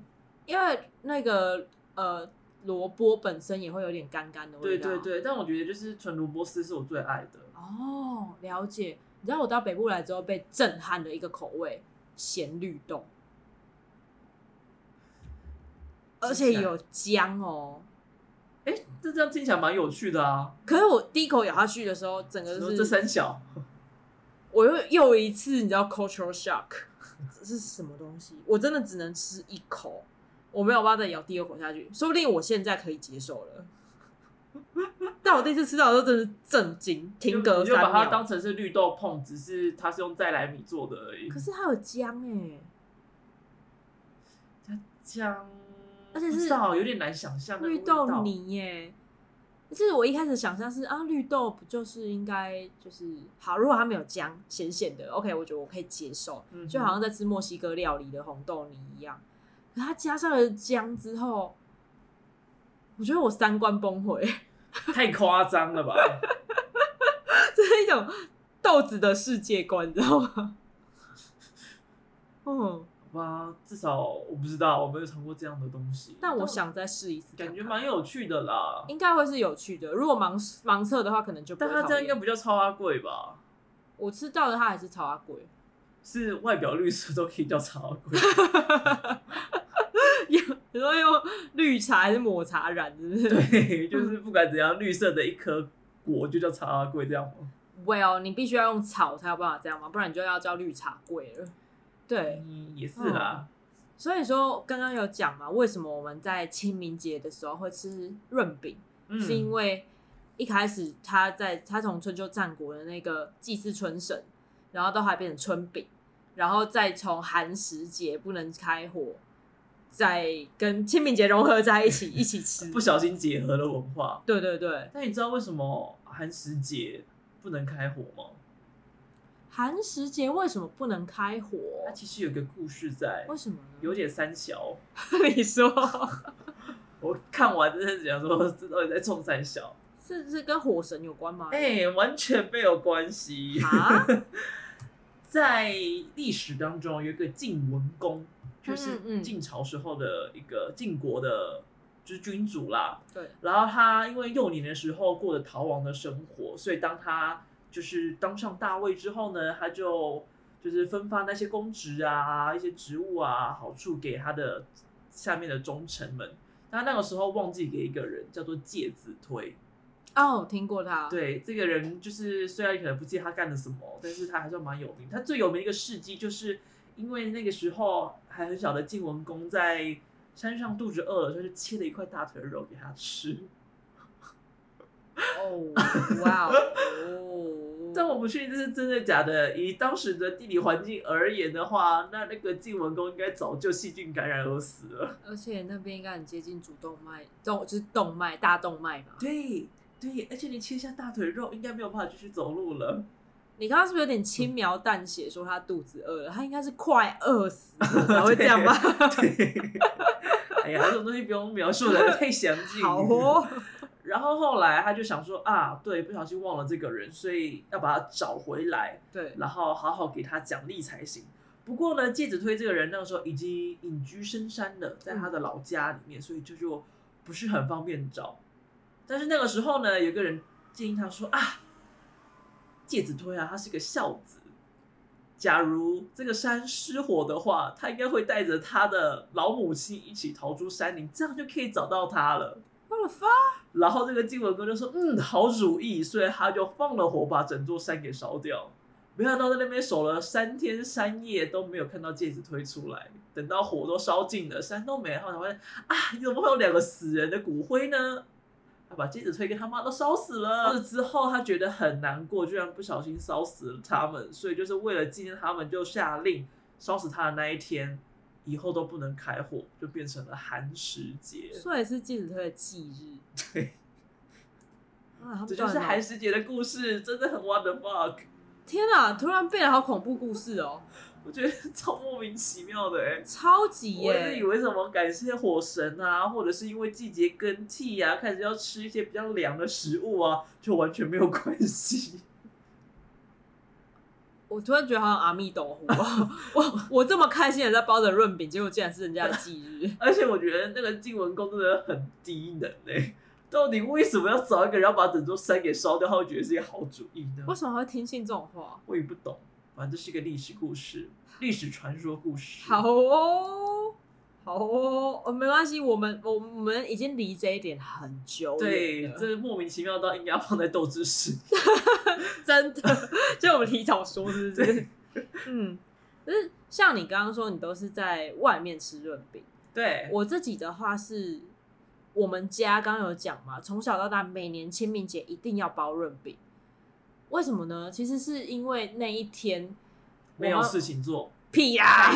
Speaker 1: 因为那个呃萝卜本身也会有点干干的味
Speaker 2: 对
Speaker 1: 道。
Speaker 2: 对。对，但我觉得就是纯萝卜丝是我最爱的。
Speaker 1: 哦，了解。你知道我到北部来之后被震撼的一个口味，咸绿豆，而且有姜哦。
Speaker 2: 哎，这这样听起来蛮有趣的啊。
Speaker 1: 可是我第一口咬下去的时候，整个
Speaker 2: 你
Speaker 1: 就
Speaker 2: 说这
Speaker 1: 是
Speaker 2: 三小，
Speaker 1: 我又又一次，你知道 cultural shock，这是什么东西？我真的只能吃一口，我没有办法再咬第二口下去。说不定我现在可以接受了，但我第一次吃到的时候真的是震惊，停格
Speaker 2: 你就
Speaker 1: 三
Speaker 2: 把它
Speaker 1: 秒
Speaker 2: 当。成是绿豆碰，只是它是用再来米做的而已。
Speaker 1: 可是它有姜哎、
Speaker 2: 它姜，
Speaker 1: 而且是
Speaker 2: 不知道有点难想象那个
Speaker 1: 绿
Speaker 2: 味
Speaker 1: 豆
Speaker 2: 道。
Speaker 1: 泥耶、就是我一开始想象是啊，绿豆不就是应该就是好，如果它没有姜，咸咸的，OK，我觉得我可以接受，
Speaker 2: 嗯哼
Speaker 1: 就好像在吃墨西哥料理的红豆泥一样。可它加上了姜之后，我觉得我三观崩毁，
Speaker 2: 太夸张了吧？
Speaker 1: 这是一种豆子的世界观，你知道吗？嗯，
Speaker 2: 好吧，至少我不知道，我没有尝过这样的东西。
Speaker 1: 但我想再试一次看
Speaker 2: 感
Speaker 1: 看，
Speaker 2: 觉蛮有趣的啦。
Speaker 1: 应该会是有趣的。如果盲盲测的话，可能就不
Speaker 2: 但
Speaker 1: 会
Speaker 2: 它这样
Speaker 1: 讨
Speaker 2: 应该
Speaker 1: 厌
Speaker 2: 不叫超阿贵吧？
Speaker 1: 我吃到的它还是炒阿贵。
Speaker 2: 是外表绿色都可以叫超阿贵。
Speaker 1: 用你说用绿茶还是抹茶染，是不是
Speaker 2: 对，
Speaker 1: 嗯
Speaker 2: 就是不管怎样，绿色的一颗果就叫茶阿贵这样吗？
Speaker 1: ？Well，你必须要用草才有办法这样嘛，不然你就要叫绿茶贵了。对，
Speaker 2: 嗯，也是啦。
Speaker 1: 所以说刚刚有讲嘛，为什么我们在清明节的时候会吃润饼，
Speaker 2: 嗯，
Speaker 1: 是因为一开始他在他从春秋战国的那个祭祀春神，然后到后来变成春饼，然后再从寒食节不能开火，再跟清明节融合在一 起一起吃
Speaker 2: 不。小心结合了文化。
Speaker 1: 对对对，
Speaker 2: 但你知道为什么寒食节不能开火吗？
Speaker 1: 寒食节为什么不能开火？
Speaker 2: 它其实有个故事在，
Speaker 1: 为什么呢？
Speaker 2: 有点三小。
Speaker 1: 你说
Speaker 2: 我看完真的想说，这到底在冲三小？
Speaker 1: 是是跟火神有关吗？
Speaker 2: 哎、完全没有关系。
Speaker 1: 啊，
Speaker 2: 在历史当中有一个晋文公，就是
Speaker 1: 嗯嗯
Speaker 2: 晋朝时候的一个晋国的，就是君主啦。
Speaker 1: 对，
Speaker 2: 然后他因为幼年的时候过着逃亡的生活，所以当他就是当上大位之后呢，他就就是分发那些公职啊、一些职务啊、好处给他的下面的忠臣们。他那个时候忘记给一个人，叫做介子推。
Speaker 1: 哦，我听过他，，
Speaker 2: 对，这个人就是虽然可能不记得他干了什么，但是他还算蛮有名。他最有名的一个事迹，就是因为那个时候还很小的晋文公在山上肚子饿了，他就切了一块大腿肉给他吃。
Speaker 1: 哦，哇 哦，
Speaker 2: 但我不确定这是真的假的。以当时的地理环境而言的话，那那个晋文公应该早就细菌感染而死了。
Speaker 1: 而且那边应该很接近主动脉，动就是动脉大动脉嘛。
Speaker 2: 对对，而且你切下大腿肉，应该没有办法继续走路了。
Speaker 1: 你刚刚是不是有点轻描淡写说他肚子饿了？他应该是快饿死了才会这样吧？
Speaker 2: 对哎呀，这种东西不用描述的太详尽。
Speaker 1: 好哦，
Speaker 2: 然后后来他就想说啊，对，不小心忘了这个人，所以要把他找回来，
Speaker 1: 对，
Speaker 2: 然后好好给他奖励才行。不过呢，介子推这个人那个时候已经隐居深山了，在他的老家里面，所以就就不是很方便找。但是那个时候呢，有一个人建议他说啊，介子推啊，他是个孝子。假如这个山失火的话，他应该会带着他的老母亲一起逃出山林，这样就可以找到他了。
Speaker 1: 我的发，
Speaker 2: 然后这个金文哥就说：“嗯，好主意。”所以他就放了火，把整座山给烧掉。没想到在那边守了三天三夜都没有看到戒指推出来，等到火都烧尽了，山都没了，他才发现啊，怎么会有两个死人的骨灰呢？他把戒指推跟他妈都烧死了。这之后他觉得很难过，居然不小心烧死了他们，所以就是为了纪念他们，就下令烧死他的那一天以后都不能开火，就变成了寒食节。
Speaker 1: 所以是戒指推的忌日。
Speaker 2: 对。
Speaker 1: 啊，他们
Speaker 2: 这就是
Speaker 1: 到底
Speaker 2: 韩
Speaker 1: 哪
Speaker 2: 师姐的故事，真的很 what the fuck，
Speaker 1: 天啊！突然变得好恐怖故事哦，
Speaker 2: 我觉得 超莫名其妙的哎、
Speaker 1: 超级
Speaker 2: 我一直以
Speaker 1: 耶！
Speaker 2: 为什么感谢火神啊，或者是因为季节更替啊，开始要吃一些比较凉的食物啊，就完全没有关系。
Speaker 1: 我突然觉得好像阿密斗湖哦， 我我这么开心的在包着润饼，结果竟然是人家的忌日。
Speaker 2: 而且我觉得那个静文公真的很低能哎、到底为什么要找一个人要把整座山给烧掉？他会觉得是一个好主意呢？
Speaker 1: 为什么会听信这种话？
Speaker 2: 我也不懂，反正这是一个历史故事，历史传说故事。
Speaker 1: 好哦，好哦，呃没关系，我们我我们已经离这一点很久
Speaker 2: 对
Speaker 1: 远，了，
Speaker 2: 这莫名其妙到应该要放在斗智史。
Speaker 1: 真的， 就我们提早说是不
Speaker 2: 对
Speaker 1: 是？ 嗯，可是像你刚刚说，你都是在外面吃润饼，
Speaker 2: 对，
Speaker 1: 我自己的话是。我们家刚刚有讲嘛，从小到大每年清明节一定要包润饼，为什么呢？其实是因为那一天
Speaker 2: 没有事情 做。
Speaker 1: 屁呀、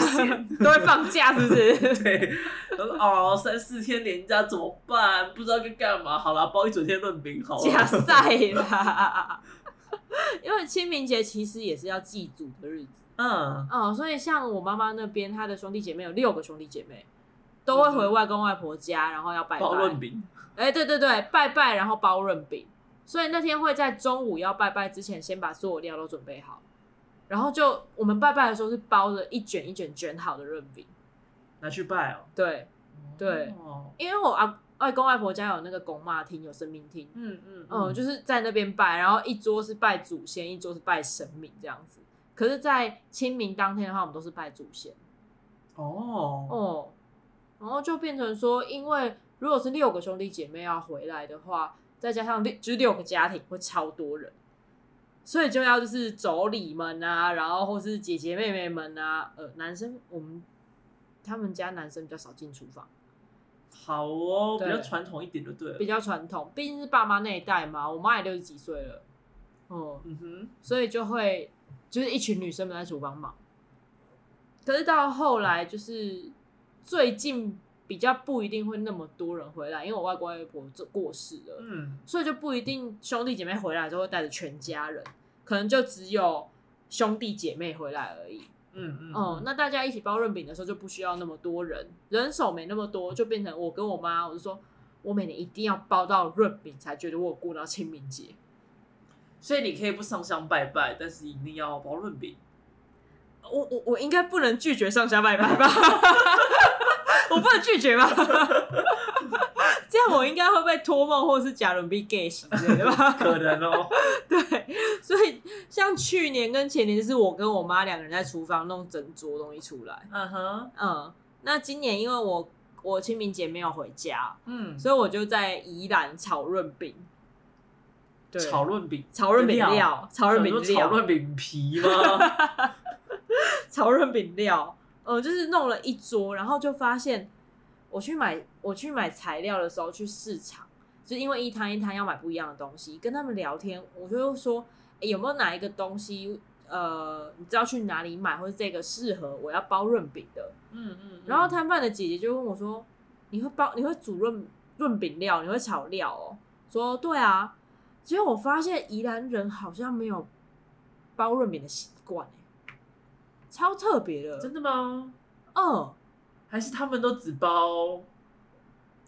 Speaker 1: 都会放假，是不是？
Speaker 2: 啊对，他说哦，三四天连假怎么办？不知道该干嘛。好啦，包一整天论饼好
Speaker 1: 假
Speaker 2: 了。
Speaker 1: 赛啦。因为清明节其实也是要祭祖的日子，
Speaker 2: 嗯，
Speaker 1: 嗯，所以像我妈妈那边，她的兄弟姐妹有六个兄弟姐妹，都会回外公外婆家，然后要拜拜
Speaker 2: 包。论饼。
Speaker 1: 哎、对对对，拜拜，然后包润饼。所以那天会在中午要拜拜之前，先把所有料都准备好，然后就我们拜拜的时候是包着一卷一卷卷好的润饼。
Speaker 2: 拿去拜哦。
Speaker 1: 对，对
Speaker 2: 哦，
Speaker 1: 因为我阿外公外婆家有那个公妈厅，有神明厅，
Speaker 2: 嗯嗯
Speaker 1: 嗯，就是在那边拜，然后一桌是拜祖先，一桌是拜神明这样子。可是，在清明当天的话，我们都是拜祖先
Speaker 2: 哦，
Speaker 1: 哦，然后就变成说，因为如果是六个兄弟姐妹要回来的话，再加上六就是六个家庭，会超多人，所以就要就是妯娌们啊，然后或是姐姐妹妹们啊，呃，男生我们他们家男生比较少进厨房，
Speaker 2: 好哦，比
Speaker 1: 对
Speaker 2: 较传统一点就对
Speaker 1: 比
Speaker 2: 了。
Speaker 1: 较传统，毕竟是爸妈那一代嘛，我妈也六十几岁了，哦、
Speaker 2: 嗯哼，
Speaker 1: 所以就会就是一群女生们在厨房忙。可是到后来，就是最近比较不一定会那么多人回来，因为我外公外婆就过世了，
Speaker 2: 嗯，
Speaker 1: 所以就不一定兄弟姐妹回来之后会带着全家人，可能就只有兄弟姐妹回来而已。
Speaker 2: 嗯嗯
Speaker 1: 嗯，那大家一起包润饼的时候就不需要那么多人，人手没那么多，就变成我跟我妈，我就说我每年一定要包到润饼才觉得我有过到清明节。
Speaker 2: 所以你可以不上香拜拜，但是一定要包论饼。
Speaker 1: 我我我应该不能拒绝上下拜拜吧？ 我不能拒绝吧？ 这样我应该会被托梦或是假伦比 gay 之类的吧？
Speaker 2: 可能哦，
Speaker 1: 对，所以像去年跟前年是我跟我妈两个人在厨房弄整桌东西出来。
Speaker 2: 嗯哼，
Speaker 1: 嗯，那今年因为我我清明节没有回家，
Speaker 2: 嗯，
Speaker 1: 所以我就在宜兰炒润饼。对，
Speaker 2: 炒论饼，
Speaker 1: 炒润饼
Speaker 2: 料
Speaker 1: 料，炒润饼
Speaker 2: 想说
Speaker 1: 料
Speaker 2: 炒，论饼 皮吗？
Speaker 1: 炒润饼料，呃，就是弄了一桌，然后就发现我去买我去买材料的时候去市场，就因为一摊一摊要买不一样的东西，跟他们聊天，我就说、诶有没有哪一个东西，呃，你知道去哪里买，或者这个适合我要包润饼的。
Speaker 2: 嗯嗯，
Speaker 1: 然后摊贩的姐姐就问我说：“你会包？你会煮润润饼料？你会炒料哦？”说：“对啊。”结果我发现宜兰人好像没有包润饼的习惯、欸、超特别的。
Speaker 2: 真的吗？
Speaker 1: 嗯，
Speaker 2: 还是他们都只包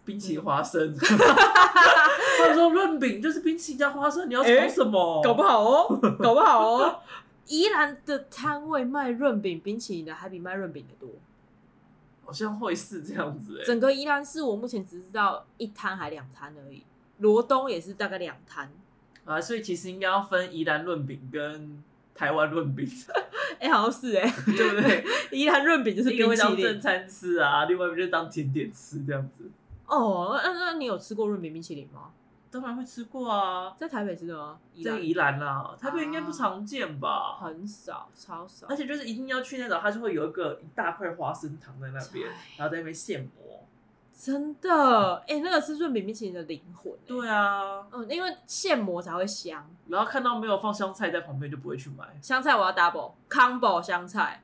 Speaker 2: 冰淇淋花生。他说润饼就是冰淇淋加花生，你要炒什么？
Speaker 1: 搞不好 哦，搞不好哦。宜兰的摊位卖润饼冰淇淋的还比卖润饼的多。
Speaker 2: 好像会是这样子哎、
Speaker 1: 整个宜兰市我目前只知道一摊还两摊而已，罗东也是大概两摊。
Speaker 2: 啊，所以其实应该要分宜兰润饼跟台湾润饼，
Speaker 1: 哎、好像是哎、
Speaker 2: 对不对？
Speaker 1: 宜兰润饼就是
Speaker 2: 一个
Speaker 1: 冰
Speaker 2: 会
Speaker 1: 淇
Speaker 2: 当正
Speaker 1: 淋。
Speaker 2: 餐吃啊，另外一个就当甜点吃这样子。
Speaker 1: 哦，那那你有吃过润饼冰淇淋吗？
Speaker 2: 当然会吃过啊，
Speaker 1: 在台北吃的吗？宜
Speaker 2: 在
Speaker 1: 兰
Speaker 2: 宜兰啦，台北应该不常见吧？
Speaker 1: 很少，超少
Speaker 2: 而。且就是一定要去那种，它就会有一个一大块花生糖在那边
Speaker 1: 对，
Speaker 2: 然后在那边现磨。
Speaker 1: 真的，哎、那个是润饼冰淇淋的灵魂、欸。
Speaker 2: 对啊，
Speaker 1: 嗯，因为现磨才会香。
Speaker 2: 然后看到没有放香菜在旁边就不会去买。
Speaker 1: 香菜我要 double combo 香菜，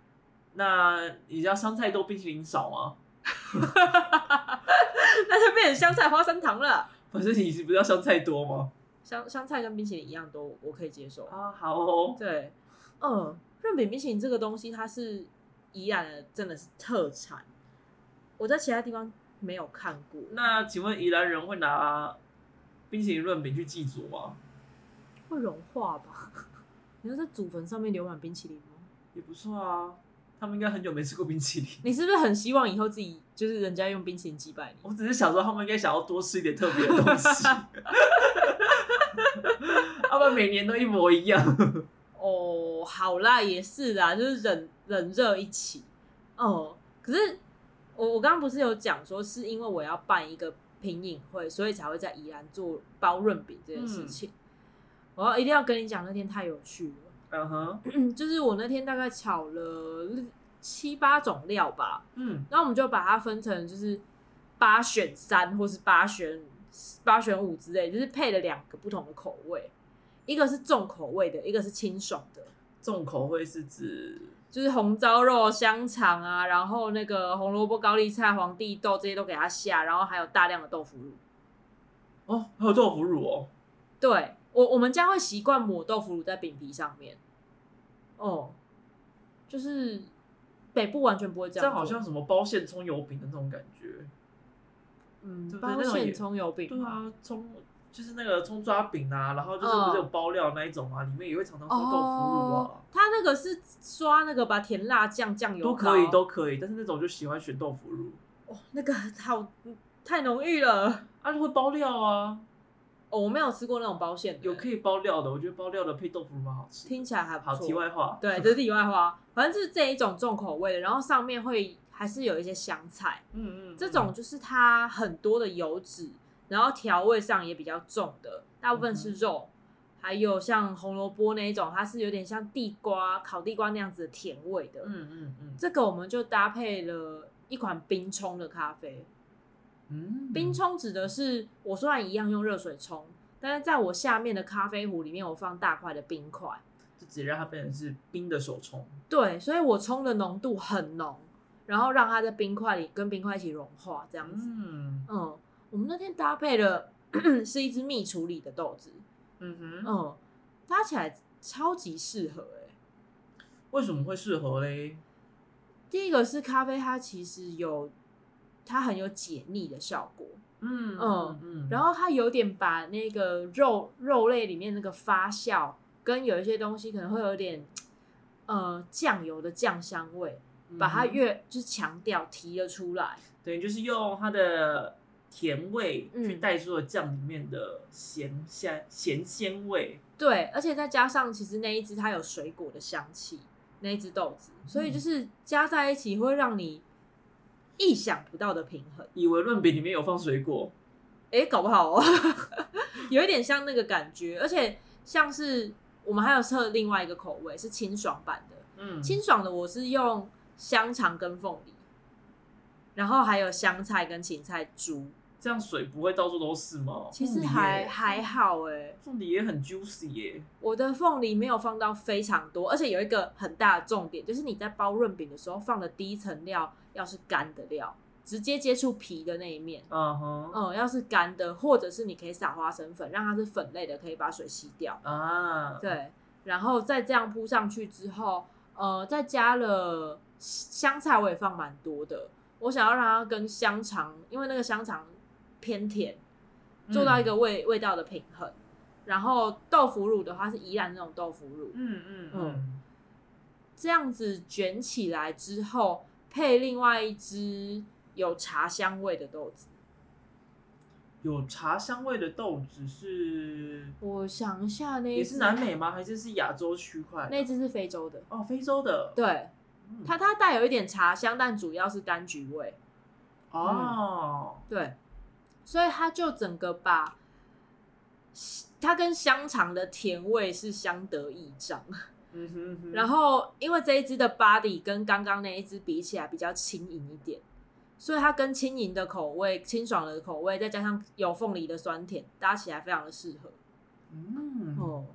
Speaker 2: 那你知道香菜多冰淇淋少吗？
Speaker 1: 那就变成香菜花生糖了。
Speaker 2: 反正你是不是要香菜多吗？
Speaker 1: 香香菜跟冰淇淋一样多，我可以接受。
Speaker 2: 啊，好哦，
Speaker 1: 对，嗯，润饼冰淇淋这个东西，它是宜兰的，真的是特产，我在其他地方没有看过。
Speaker 2: 那请问宜兰人会拿冰淇淋润饼去祭祖吗？
Speaker 1: 会融化吧？ 你说在祖坟上面流满冰淇淋吗？
Speaker 2: 也不错啊，他们应该很久没吃过冰淇淋。
Speaker 1: 你是不是很希望以后自己就是人家用冰淇淋击败你？
Speaker 2: 我只是想说，他们应该想要多吃一点特别的东 西，要不然每年都一模一样。
Speaker 1: 哦，好啦，也是啦，就是冷冷热一起。哦，可是我我刚刚不是有讲说，是因为我要办一个品饮会，所以才会在宜兰做包润饼这件事情。我要一定要跟你讲，那天太有趣了。
Speaker 2: 嗯哼，
Speaker 1: 就是我那天大概炒了七八种料吧，
Speaker 2: 嗯，
Speaker 1: 然后我们就把它分成就是八选三或是八选八选五之类，就是配了两个不同的口味，一个是重口味的，一个是清爽的，
Speaker 2: 重口味是指
Speaker 1: 就是红烧肉、香肠啊，然后那个红萝卜、高丽菜、皇帝豆这些都给它下，然后还有大量的豆腐乳。
Speaker 2: 哦，还有豆腐乳哦，
Speaker 1: 对我我们家会习惯抹豆腐乳在饼皮上面，哦，就是北部完全不会这
Speaker 2: 这
Speaker 1: 样做，
Speaker 2: 样好像什么包馅葱油饼的那种感觉。
Speaker 1: 嗯
Speaker 2: 对不对
Speaker 1: 包
Speaker 2: 那种也
Speaker 1: 馅葱油饼
Speaker 2: 对
Speaker 1: 嘛，
Speaker 2: 啊，葱就是那个葱抓饼啊，然后就是不是有包料那一种啊，里面也会常常放豆腐乳
Speaker 1: 嗯哦
Speaker 2: 啊，，
Speaker 1: 它那个是刷那个吧，甜辣酱、酱油
Speaker 2: 都
Speaker 1: 膏
Speaker 2: 可以都可以，但是那种就喜欢选豆腐乳，
Speaker 1: 哦，那个好太浓郁了。
Speaker 2: 啊，就会包料啊，
Speaker 1: 哦，我没有吃过那种包馅的，
Speaker 2: 有可以包料的，我觉得包料的配豆腐乳蛮好吃。
Speaker 1: 听起来还不
Speaker 2: 好，题
Speaker 1: 错。
Speaker 2: 外话，
Speaker 1: 对，这是题外话，反正就是这一种重口味的，然后上面会还是有一些香菜，
Speaker 2: 嗯嗯，
Speaker 1: 这种就是它很多的油脂，然后调味上也比较重的，大部分
Speaker 2: 嗯
Speaker 1: 是肉，还有像红萝卜那一种，它是有点像地瓜、烤地瓜那样子的甜味的。
Speaker 2: 嗯嗯嗯
Speaker 1: 这个我们就搭配了一款冰冲的咖啡。
Speaker 2: 嗯，
Speaker 1: 冰冲指的是我虽然一样用热水冲，但是在我下面的咖啡壶里面，我放大块的冰块。
Speaker 2: 就直接让它变成是冰的手冲，
Speaker 1: 对，所以我冲的浓度很浓，然后让它在冰块里跟冰块一起融化，这样子。
Speaker 2: 嗯
Speaker 1: 嗯，我们那天搭配了 是一只蜜处理的豆子，
Speaker 2: 嗯哼，
Speaker 1: 嗯，搭起来超级适合哎、
Speaker 2: 为什么会适合嘞？
Speaker 1: 第一个是咖啡，它其实有它很有解腻的效果，
Speaker 2: 嗯
Speaker 1: 嗯
Speaker 2: 嗯
Speaker 1: 然后它有点把那个肉肉类里面那个发酵，跟有一些东西可能会有点呃酱油的酱香味，把它
Speaker 2: 嗯哼
Speaker 1: 越就是强调提了出来。
Speaker 2: 等于就是用它的甜味
Speaker 1: 嗯
Speaker 2: 去带出了酱里面的咸香咸鲜味。
Speaker 1: 对，而且再加上其实那一只它有水果的香气，那一只豆子，
Speaker 2: 嗯
Speaker 1: 所以就是加在一起会让你意想不到的平衡。
Speaker 2: 以为润饼里面有放水果，
Speaker 1: 诶，搞不好哦， 有一点像那个感觉，而且像是我们还有测另外一个口味是清爽版的。
Speaker 2: 嗯，
Speaker 1: 清爽的我是用香肠跟凤梨，然后还有香菜跟芹菜猪，
Speaker 2: 这样水不会到处都是吗？
Speaker 1: 其
Speaker 2: 凤
Speaker 1: 实
Speaker 2: 梨耶
Speaker 1: 还还好哎、
Speaker 2: 凤梨也很 juicy 耶，
Speaker 1: 我的凤梨没有放到非常多，而且有一个很大的重点，就是你在包润饼的时候放的第一层料要是干的料，直接接触皮的那一面。
Speaker 2: 嗯哼
Speaker 1: 嗯，要是干的，或者是你可以撒花生粉，让它是粉类的，可以把水吸掉。
Speaker 2: 啊，
Speaker 1: 对，然后再这样铺上去之后，呃，再加了香菜，我也放蛮多的。我想要让它跟香肠，因为那个香肠偏甜，做到一
Speaker 2: 嗯
Speaker 1: 个味、味道的平衡。然后豆腐乳的话是宜兰那种豆腐乳，
Speaker 2: 嗯嗯嗯，
Speaker 1: 这样子卷起来之后，配另外一只有茶香味的豆子。
Speaker 2: 有茶香味的豆子是
Speaker 1: 我想一下那一
Speaker 2: 也是
Speaker 1: 只
Speaker 2: 南美吗？还是是亚洲区块？
Speaker 1: 那只是非洲的，
Speaker 2: 哦，非洲的，
Speaker 1: 对，
Speaker 2: 嗯
Speaker 1: 它它带有一点茶香，但主要是柑橘味。
Speaker 2: 哦，
Speaker 1: 对，所以它就整个把它跟香肠的甜味是相得益彰。
Speaker 2: 嗯哼嗯哼，
Speaker 1: 然后因为这一支的 body 跟刚刚那一支比起来比较轻盈一点，所以它跟轻盈的口味、清爽的口味，再加上有凤梨的酸甜，搭起来非常的适合。
Speaker 2: 嗯，
Speaker 1: 哦，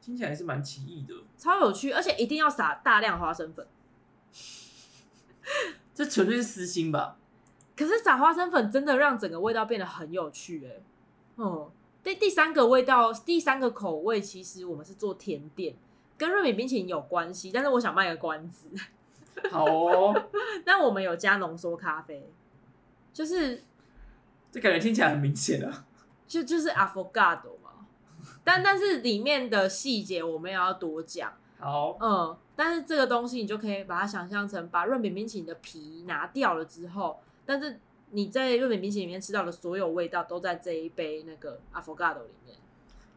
Speaker 2: 听起来是蛮奇异的。
Speaker 1: 超有趣，而且一定要撒大量花生粉。
Speaker 2: 这纯粹是私心吧？
Speaker 1: 可是撒花生粉真的让整个味道变得很有趣哎、嗯，第第三个味道，第三个口味，其实我们是做甜点，跟瑞米冰淇淋有关系，但是我想卖个关子。
Speaker 2: 好哦，
Speaker 1: 但我们有加浓缩咖啡，就是
Speaker 2: 这感觉听起来很明显啊。
Speaker 1: 就就是 avocado 嘛，但但是里面的细节我们也要多讲。
Speaker 2: 好，
Speaker 1: 嗯，但是这个东西你就可以把它想象成把润饼冰淇淋的皮拿掉了之后，但是你在润饼冰淇淋里面吃到的所有味道都在这一杯那个 avocado 里面。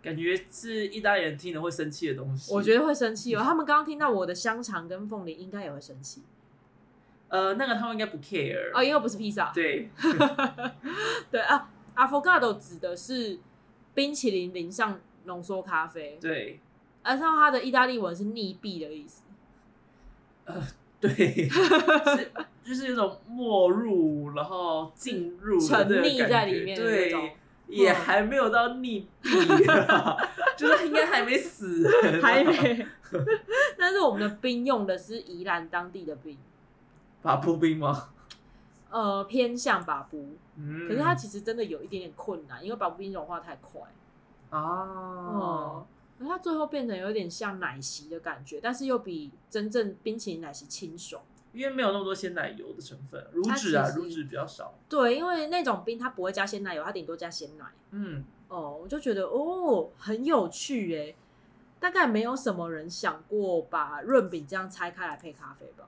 Speaker 2: 感觉是意大利人听了会生气的东西。
Speaker 1: 我觉得会生气哦，他们刚刚听到我的香肠跟凤梨，应该也会生气
Speaker 2: 呃，那个他们应该不 care
Speaker 1: 哦，因为不是披萨。
Speaker 2: 对，
Speaker 1: 对啊，avocado 指的是冰淇淋淋上浓缩咖啡，
Speaker 2: 对，
Speaker 1: 而上它的意大利文是溺毙的意思。
Speaker 2: 对，是就是有种没入，然后进入的
Speaker 1: 沉
Speaker 2: 嗯这个
Speaker 1: 溺
Speaker 2: 感
Speaker 1: 在
Speaker 2: 觉
Speaker 1: 里面的那种
Speaker 2: 对，也还没有到溺毙啊，就是应该还没死人啊，
Speaker 1: 还 没。 但是我们的冰用的是宜兰当地的冰，
Speaker 2: 把破冰吗？
Speaker 1: 呃，偏向把布，
Speaker 2: 嗯，
Speaker 1: 可是它其实真的有一点点困难，因为把布冰融化太快。
Speaker 2: 啊
Speaker 1: 嗯
Speaker 2: 哦，
Speaker 1: 可是它最后变成有点像奶昔的感觉，但是又比真正冰淇淋奶昔清爽。
Speaker 2: 因为没有那么多鲜奶油的成分，乳
Speaker 1: 它
Speaker 2: 脂啊，
Speaker 1: 其实
Speaker 2: 乳脂比较少，
Speaker 1: 对，因为那种冰它不会加鲜奶油，它顶多加鲜奶。
Speaker 2: 嗯。
Speaker 1: 哦，我就觉得哦，很有趣耶。大概没有什么人想过把润饼这样拆开来配咖啡吧？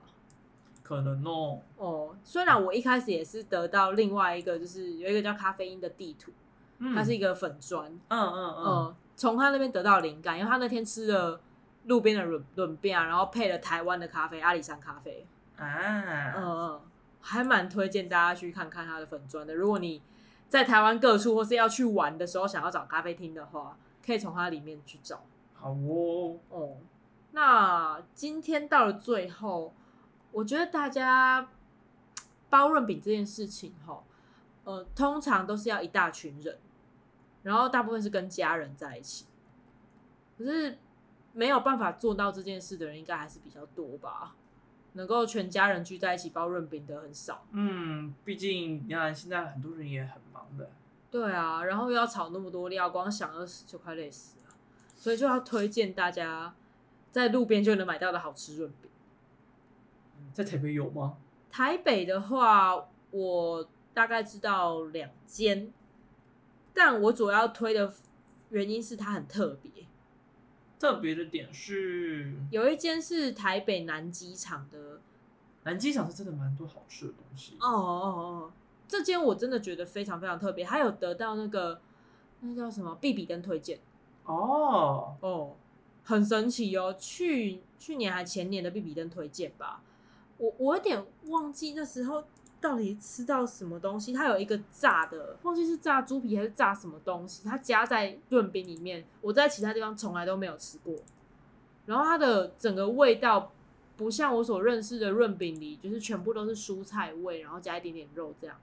Speaker 2: 可能哦，
Speaker 1: 哦，虽然我一开始也是得到另外一个，就是有一个叫咖啡因的地图，
Speaker 2: 嗯
Speaker 1: 它是一个粉砖，
Speaker 2: 嗯嗯嗯，
Speaker 1: 嗯，从、他那边得到灵感，因为他那天吃了路边的润润饼啊，然后配了台湾的咖啡，阿里山咖啡，嗯
Speaker 2: 啊，
Speaker 1: 嗯，还蛮推荐大家去看看他的粉砖的。如果你在台湾各处或是要去玩的时候想要找咖啡厅的话，可以从它里面去找。
Speaker 2: 好哦，
Speaker 1: 哦，那今天到了最后，我觉得大家包润饼这件事情吼，呃，通常都是要一大群人，然后大部分是跟家人在一起，可是没有办法做到这件事的人应该还是比较多吧。能够全家人聚在一起包润饼的很少，
Speaker 2: 嗯，毕竟你看现在很多人也很忙的，
Speaker 1: 对啊，然后又要炒那么多料，光想要就快累死了，所以就要推荐大家在路边就能买到的好吃润饼。嗯
Speaker 2: 在台北有吗？
Speaker 1: 台北的话，我大概知道两间，但我主要推的原因是它很特别。
Speaker 2: 特别的点是，
Speaker 1: 有一间是台北南机场的，
Speaker 2: 南机场是真的蛮多好吃的东西
Speaker 1: 哦，哦哦，这间我真的觉得非常非常特别，还有得到那个那叫什么必比登推荐
Speaker 2: 哦，
Speaker 1: 哦，很神奇哦。去去年还前年的必比登推荐吧，我我有点忘记那时候到底吃到什么东西。它有一个炸的，忘记是炸猪皮还是炸什么东西，它加在润饼里面，我在其他地方从来都没有吃过。然后它的整个味道不像我所认识的润饼里，就是全部都是蔬菜味，然后加一点点肉这样。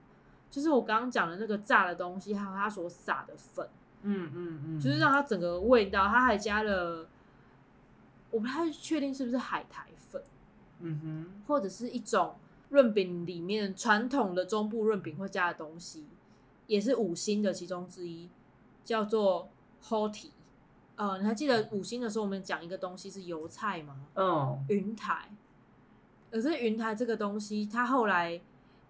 Speaker 1: 就是我刚刚讲的那个炸的东西，还有它所撒的粉，
Speaker 2: 嗯嗯嗯，
Speaker 1: 就是让它整个味道，它还加了，我不太确定是不是海苔粉，
Speaker 2: 嗯哼，
Speaker 1: 或者是一种润饼里面传统的中部润饼会加的东西，也是五星的其中之一，叫做 hoti。呃，你还记得五星的时候，我们讲一个东西是油菜吗？
Speaker 2: 嗯，
Speaker 1: 云台，可是云台这个东西，它后来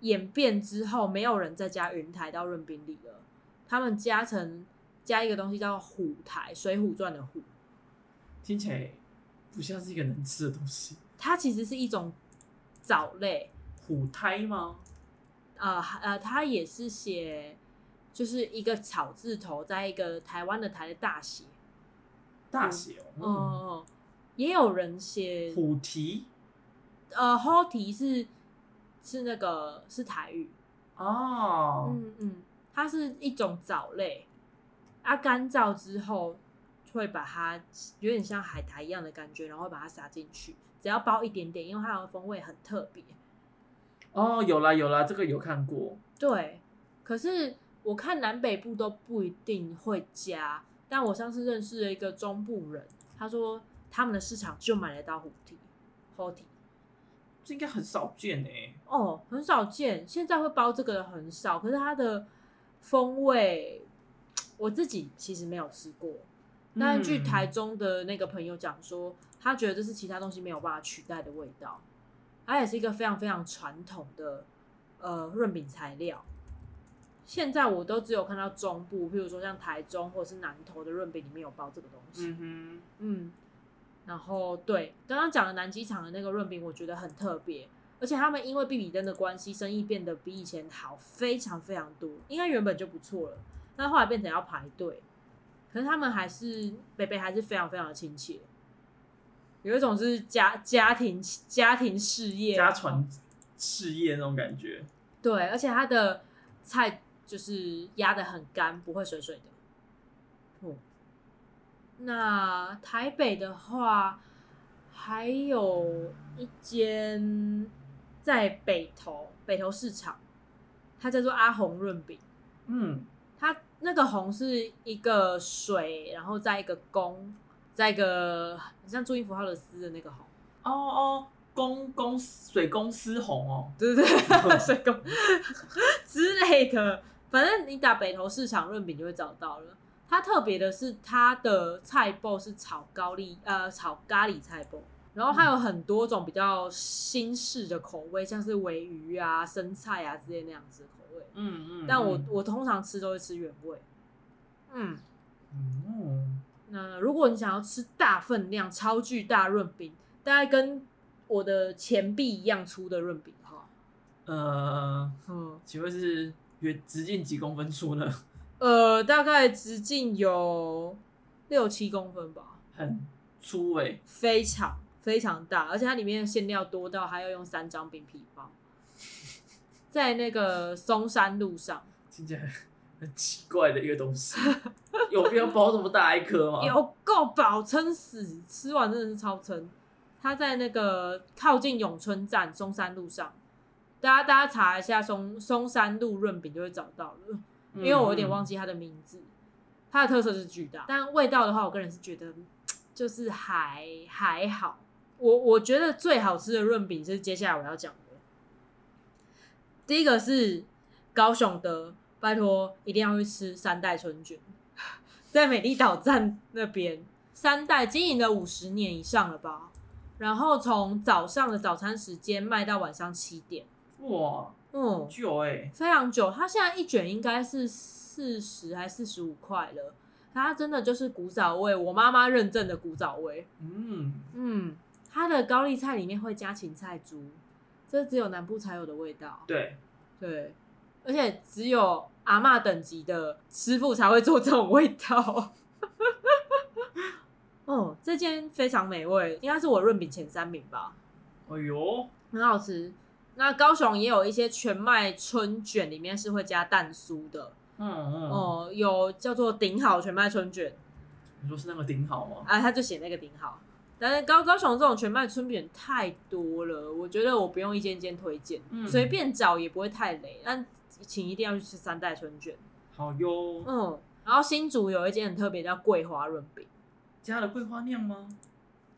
Speaker 1: 演变之后，没有人再加云台到润饼里了，他们加成加一个东西叫虎台，《水浒传》的虎，
Speaker 2: 听起来不像是一个能吃的东西。
Speaker 1: 它其实是一种藻类，
Speaker 2: 虎胎吗？
Speaker 1: 呃呃，它也是写就是一个草字头，在一个台湾的台的大写，
Speaker 2: 大写
Speaker 1: 哦、
Speaker 2: 哦。
Speaker 1: 也有人写
Speaker 2: 嗯，虎蹄
Speaker 1: 呃 h o t i 是是那个是台语，
Speaker 2: 哦，
Speaker 1: 嗯嗯，它是一种藻类，啊，干燥之后会把它有点像海苔一样的感觉，然后把它撒进去，只要包一点点，因为它的风味很特别。
Speaker 2: 哦，有啦有啦，这个有看过。
Speaker 1: 对，可是我看南北部都不一定会加，但我上次认识了一个中部人，他说他们的市场就买得到虎蹄、虎蹄，
Speaker 2: 这应该很少见哎、
Speaker 1: 哦，很少见，现在会包这个的很少，可是它的风味，我自己其实没有吃过。但是据台中的那个朋友讲说，他觉得这是其他东西没有办法取代的味道，它也是一个非常非常传统的呃润饼材料。现在我都只有看到中部，譬如说像台中或者是南投的润饼里面有包这个东西。
Speaker 2: 嗯
Speaker 1: 嗯，然后对，刚刚讲的南机场的那个润饼，我觉得很特别，而且他们因为比比登的关系，生意变得比以前好非常非常多，应该原本就不错了，那后来变成要排队，可是他们还是北北还是非常非常的亲切，有一种是家家庭家庭事
Speaker 2: 哼，
Speaker 1: 业啊
Speaker 2: 家传事业那种感觉。
Speaker 1: 对，而且它的菜就是压的很干，不会水水的。嗯，那台北的话，还有一间在北投北投市场，它叫做阿红润饼。
Speaker 2: 嗯，
Speaker 1: 它那个红是一个水，然后再一个弓，再一个很像注音符号的丝的那个红。
Speaker 2: 哦哦，公公水公司红哦，
Speaker 1: 对对 对，水工之类的，反正你打北投市场润饼就会找到了。它特别的是，它的菜包是炒高丽呃炒咖喱菜包，然后它有很多种比较新式的口味，像是尾鱼啊、生菜啊之类那样子的口味。
Speaker 2: 嗯嗯。
Speaker 1: 但我
Speaker 2: 嗯
Speaker 1: 我通常吃都会吃原味。嗯，
Speaker 2: 嗯
Speaker 1: 那如果你想要吃大分量、超巨大润饼，大概跟我的钱币一样粗的润饼哈，
Speaker 2: 呃，
Speaker 1: 嗯。
Speaker 2: 请问是约直径几公分粗呢？
Speaker 1: 呃，大概直径有六七公分吧，
Speaker 2: 很粗哎、
Speaker 1: 非常非常大，而且它里面的馅料多到还要用三张饼皮包，在那个松山路上
Speaker 2: 听起来很奇怪的一个东西， 有必要包这么大一颗吗？
Speaker 1: 有够饱，撑死，吃完真的是超撑。它在那个靠近永春站松山路上，大家大家查一下松松山路润饼就会找到了。因
Speaker 2: 嗯，
Speaker 1: 为我有点忘记它的名字。它的特色就是巨大，但味道的话，我个人是觉得就是还还好。我我觉得最好吃的润饼是接下来我要讲的，第一个是高雄的，拜托一定要去吃三代春卷， 在美丽岛站那边，三代经营了五十年以上了吧，然后从早上的早餐时间卖到晚上七点，
Speaker 2: 嗯哇，
Speaker 1: 嗯，
Speaker 2: 久哎、
Speaker 1: 非常久，它现在一卷应该是四十还四十五块了。它真的就是古早味，我妈妈认证的古早味。
Speaker 2: 嗯，
Speaker 1: 嗯，它的高丽菜里面会加芹菜珠，这只有南部才有的味道。
Speaker 2: 对，
Speaker 1: 对，而且只有阿嬷等级的师傅才会做这种味道。 哦，这间非常美味，应该是我润饼前三名吧。
Speaker 2: 哎呦，
Speaker 1: 很好吃。那高雄也有一些全麦春卷，里面是会加蛋酥的。
Speaker 2: 嗯嗯，
Speaker 1: 哦、有叫做顶好全麦春卷，
Speaker 2: 你说是那个顶好吗？
Speaker 1: 啊，他就写那个顶好。但是高高雄这种全麦春卷太多了，我觉得我不用一间间推荐，
Speaker 2: 嗯
Speaker 1: 随、便找也不会太累。但请一定要去吃三代春卷。
Speaker 2: 好哟，
Speaker 1: 嗯，然后新竹有一间很特别，叫桂花润饼。
Speaker 2: 加了桂花酿吗？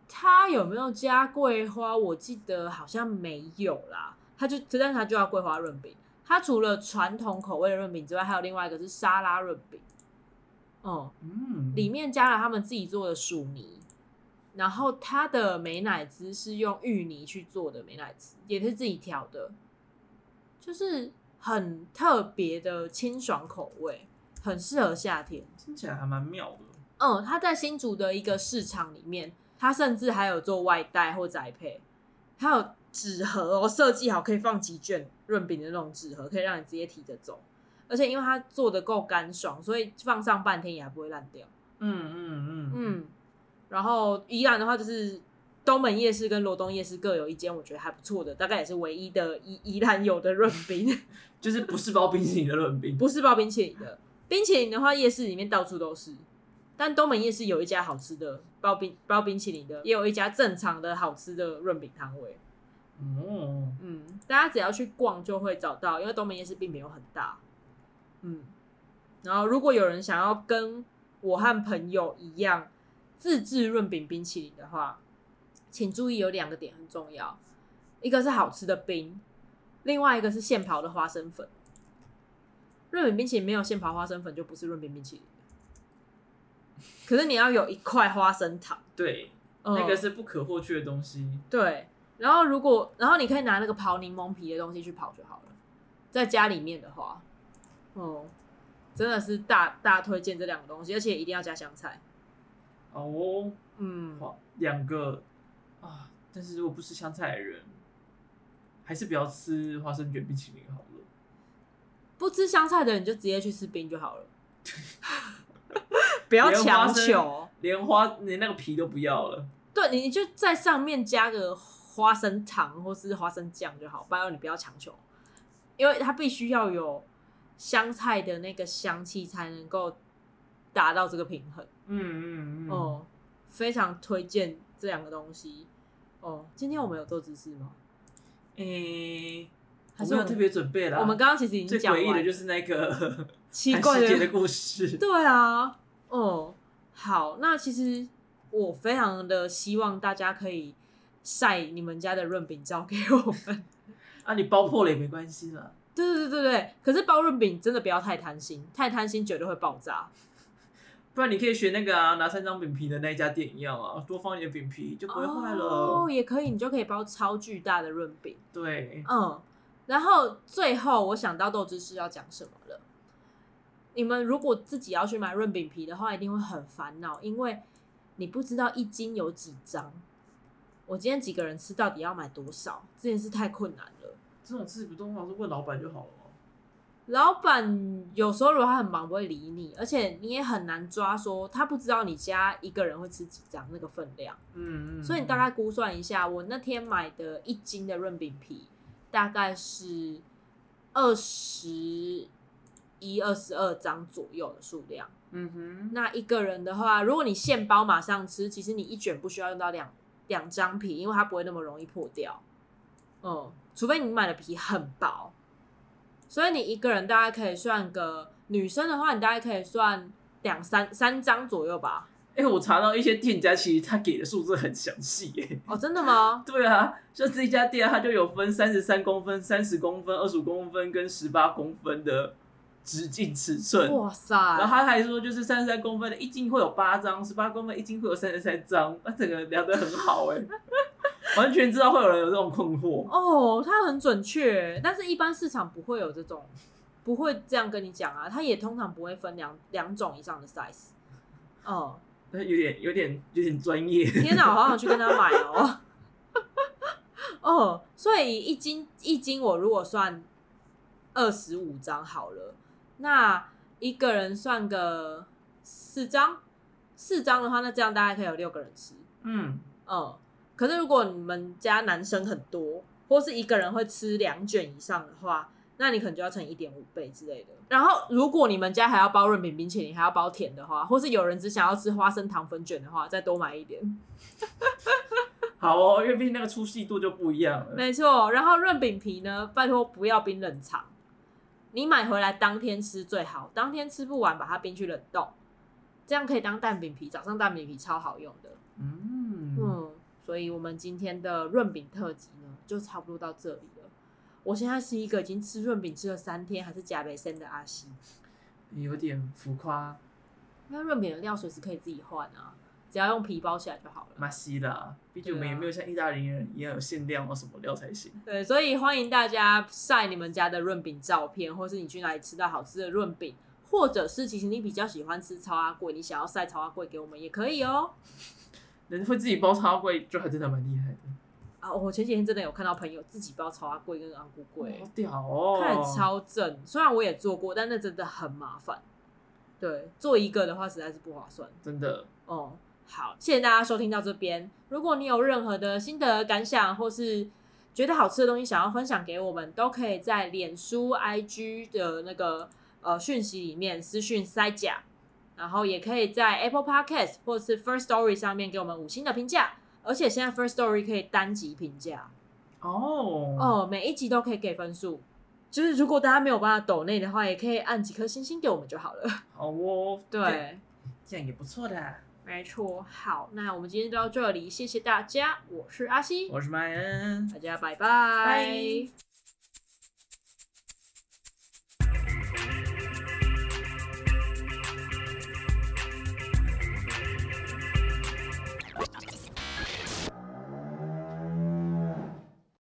Speaker 1: 它有没有加桂花？我记得好像没有啦。它就，但是它就叫桂花润饼。它除了传统口味的润饼之外，还有另外一个是沙拉润饼。哦、
Speaker 2: 嗯，
Speaker 1: 里面加了他们自己做的薯泥，然后它的美乃滋是用芋泥去做的美乃滋，也是自己调的，就是很特别的清爽口味，很适合夏天。
Speaker 2: 听起来还蛮妙的。
Speaker 1: 嗯，它在新竹的一个市场里面，它甚至还有做外带或宅配，还有纸盒哦，设计好可以放几卷润饼的那种纸盒，可以让你直接提着走。而且因为它做的够干爽，所以放上半天也还不会烂掉。
Speaker 2: 嗯嗯嗯
Speaker 1: 嗯，然后宜兰的话就是东门夜市跟罗东夜市各有一间，我觉得还不错的，大概也是唯一的宜宜兰有的润饼，
Speaker 2: 就是不是包冰淇淋的论冰，
Speaker 1: 不是包冰淇淋的。冰淇淋的话，夜市里面到处都是，但东门夜市有一家好吃的包冰包冰淇淋的，也有一家正常的好吃的润饼摊位。
Speaker 2: 哦，
Speaker 1: 嗯，大家只要去逛就会找到，因为东门夜市并没有很大。嗯，然后如果有人想要跟我和朋友一样自制润饼冰淇淋的话，请注意有两个点很重要，一个是好吃的冰，另外一个是现刨的花生粉。润饼冰淇淋没有现刨花生粉就不是润饼冰淇淋，可是你要有一块花生糖，
Speaker 2: 对，
Speaker 1: 嗯
Speaker 2: 那个是不可或缺的东西。
Speaker 1: 对，然后如果然后你可以拿那个刨柠檬皮的东西去刨就好了，在家里面的话，哦、真的是大大推荐这两个东西，而且一定要加香菜。
Speaker 2: 哦，
Speaker 1: 嗯，
Speaker 2: 哇，两个啊！但是如果不吃香菜的人，还是不要吃花生卷冰淇淋好了。
Speaker 1: 不吃香菜的人就直接去吃冰就好了，不要
Speaker 2: 连花
Speaker 1: 强
Speaker 2: 生
Speaker 1: 求。
Speaker 2: 连花连那个皮都不要了。
Speaker 1: 对，你你就在上面加个花生糖或是花生酱就好，不然你不要强求，因为它必须要有香菜的那个香气才能够达到这个平衡。
Speaker 2: 嗯嗯嗯，
Speaker 1: 哦，非常推荐这两个东西。哦，今天我们有做知识吗？
Speaker 2: 诶、
Speaker 1: 还
Speaker 2: 我
Speaker 1: 是
Speaker 2: 没
Speaker 1: 我
Speaker 2: 有
Speaker 1: 们
Speaker 2: 特别准备啦。
Speaker 1: 我们刚刚其实已经
Speaker 2: 啊最
Speaker 1: 讲
Speaker 2: 诡异
Speaker 1: 完
Speaker 2: 的就是那个
Speaker 1: 奇
Speaker 2: 韩
Speaker 1: 怪
Speaker 2: 世界
Speaker 1: 的
Speaker 2: 的，故事。
Speaker 1: 对啊，哦，好，那其实我非常的希望大家可以晒你们家的润饼照给我们。
Speaker 2: 啊，你包破了也没关系啦。
Speaker 1: 对对对对对，可是包润饼真的不要太贪心，太贪心绝对会爆炸。
Speaker 2: 不然你可以学那个啊，拿三张饼皮的那一家店一样啊，多放一点饼皮就不会坏了。
Speaker 1: 哦，也可以，你就可以包超巨大的润饼。
Speaker 2: 对，
Speaker 1: 嗯，然后最后我想到豆知识要讲什么了。你们如果自己要去买润饼皮的话，一定会很烦恼，因为你不知道一斤有几张。我今天几个人吃，到底要买多少？这件事太困难了。
Speaker 2: 这种事不通常是问老板就好了嘛。
Speaker 1: 老板有时候如果他很忙，不会理你，而且你也很难抓说他不知道你家一个人会吃几张那个分量。
Speaker 2: 嗯嗯。
Speaker 1: 所以你大概估算一下，我那天买的一斤的润饼皮大概是二十一、二十二张左右的数量。
Speaker 2: 嗯哼，
Speaker 1: 那一个人的话，如果你现包马上吃，其实你一卷不需要用到两两张皮，因为它不会那么容易破掉。嗯，除非你买的皮很薄，所以你一个人大概可以算个女生的话，你大概可以算两三三张左右吧。
Speaker 2: 哎、我查到一些店家其实他给的数字很详细耶。
Speaker 1: 哦，真的吗？
Speaker 2: 对啊，像这一家店它就有分三十三公分、三十公分、二十公分跟十八公分的直径尺寸。
Speaker 1: 哇塞！
Speaker 2: 然后他还说，就是三十三公分的一斤会有八张，十八公分一斤会有三十三张，那整个聊得很好 哎、完全知道会有人有这种困惑。
Speaker 1: 哦，它很准确，但是一般市场不会有这种，不会这样跟你讲啊。它也通常不会分两两种以上的 size。哦，
Speaker 2: 但有点有点有点专 业，
Speaker 1: 天哪，我好想去跟他买哦。 哦，所以一斤一斤，我如果算二十五张好了，那一个人算个四张，四张的话，那这样大概可以有六个人吃。
Speaker 2: 嗯，
Speaker 1: 嗯，可是如果你们家男生很多，或是一个人会吃两卷以上的话，那你可能就要乘一点五倍之类的。然后，如果你们家还要包润饼冰淇淋，还要包甜的话，或是有人只想要吃花生糖粉卷的话，再多买一点。
Speaker 2: 好哦，因为毕竟那个粗细度就不一样了。
Speaker 1: 没错，然后润饼皮呢，拜托不要冰冷藏，你买回来当天吃最好，当天吃不完把它冰去冷冻，这样可以当蛋饼皮，早上蛋饼皮超好用的。
Speaker 2: 嗯，
Speaker 1: 嗯，所以我们今天的润饼特辑呢，就差不多到这里了。我现在是一个已经吃润饼吃了三天还是加倍生的阿西，嗯
Speaker 2: 有点浮夸，
Speaker 1: 因为润饼的料随时可以自己换啊，只要用皮包起来就好了。
Speaker 2: 马西啦，毕竟我们
Speaker 1: 对啊
Speaker 2: 也没有像意大利人一样有限量哦，什么料才行。
Speaker 1: 对，所以欢迎大家晒你们家的润饼照片，或是你去哪里吃到好吃的润饼，或或者是其实你比较喜欢吃超阿贵，你想要晒超阿贵给我们也可以哦。
Speaker 2: 人会自己包超贵，就还真的蛮厉害的，
Speaker 1: 啊，我前几天真的有看到朋友自己包超阿贵跟昂菇贵
Speaker 2: 好，屌哦！
Speaker 1: 看起来超正。虽然我也做过，但那真的很麻烦。对，做一个的话实在是不划算。
Speaker 2: 真的，
Speaker 1: 哦、好，谢谢大家收听到这边。如果你有任何的心得感想，或是觉得好吃的东西想要分享给我们，都可以在脸书、IG 的那个呃讯息里面私讯塞甲，然后也可以在 Apple Podcast 或是 First Story 上面给我们五星的评价。而且现在 First Story 可以单集评价
Speaker 2: 哦
Speaker 1: 哦，每一集都可以给分数。就是如果大家没有办法抖内的话，也可以按几颗星星给我们就好了。
Speaker 2: 好哦，
Speaker 1: 对。
Speaker 2: 这样也不错的。
Speaker 1: 没错，好，那我们今天就到这里，谢谢大家，我是阿西，
Speaker 2: 我是麦恩，
Speaker 1: 大家拜拜。
Speaker 2: 拜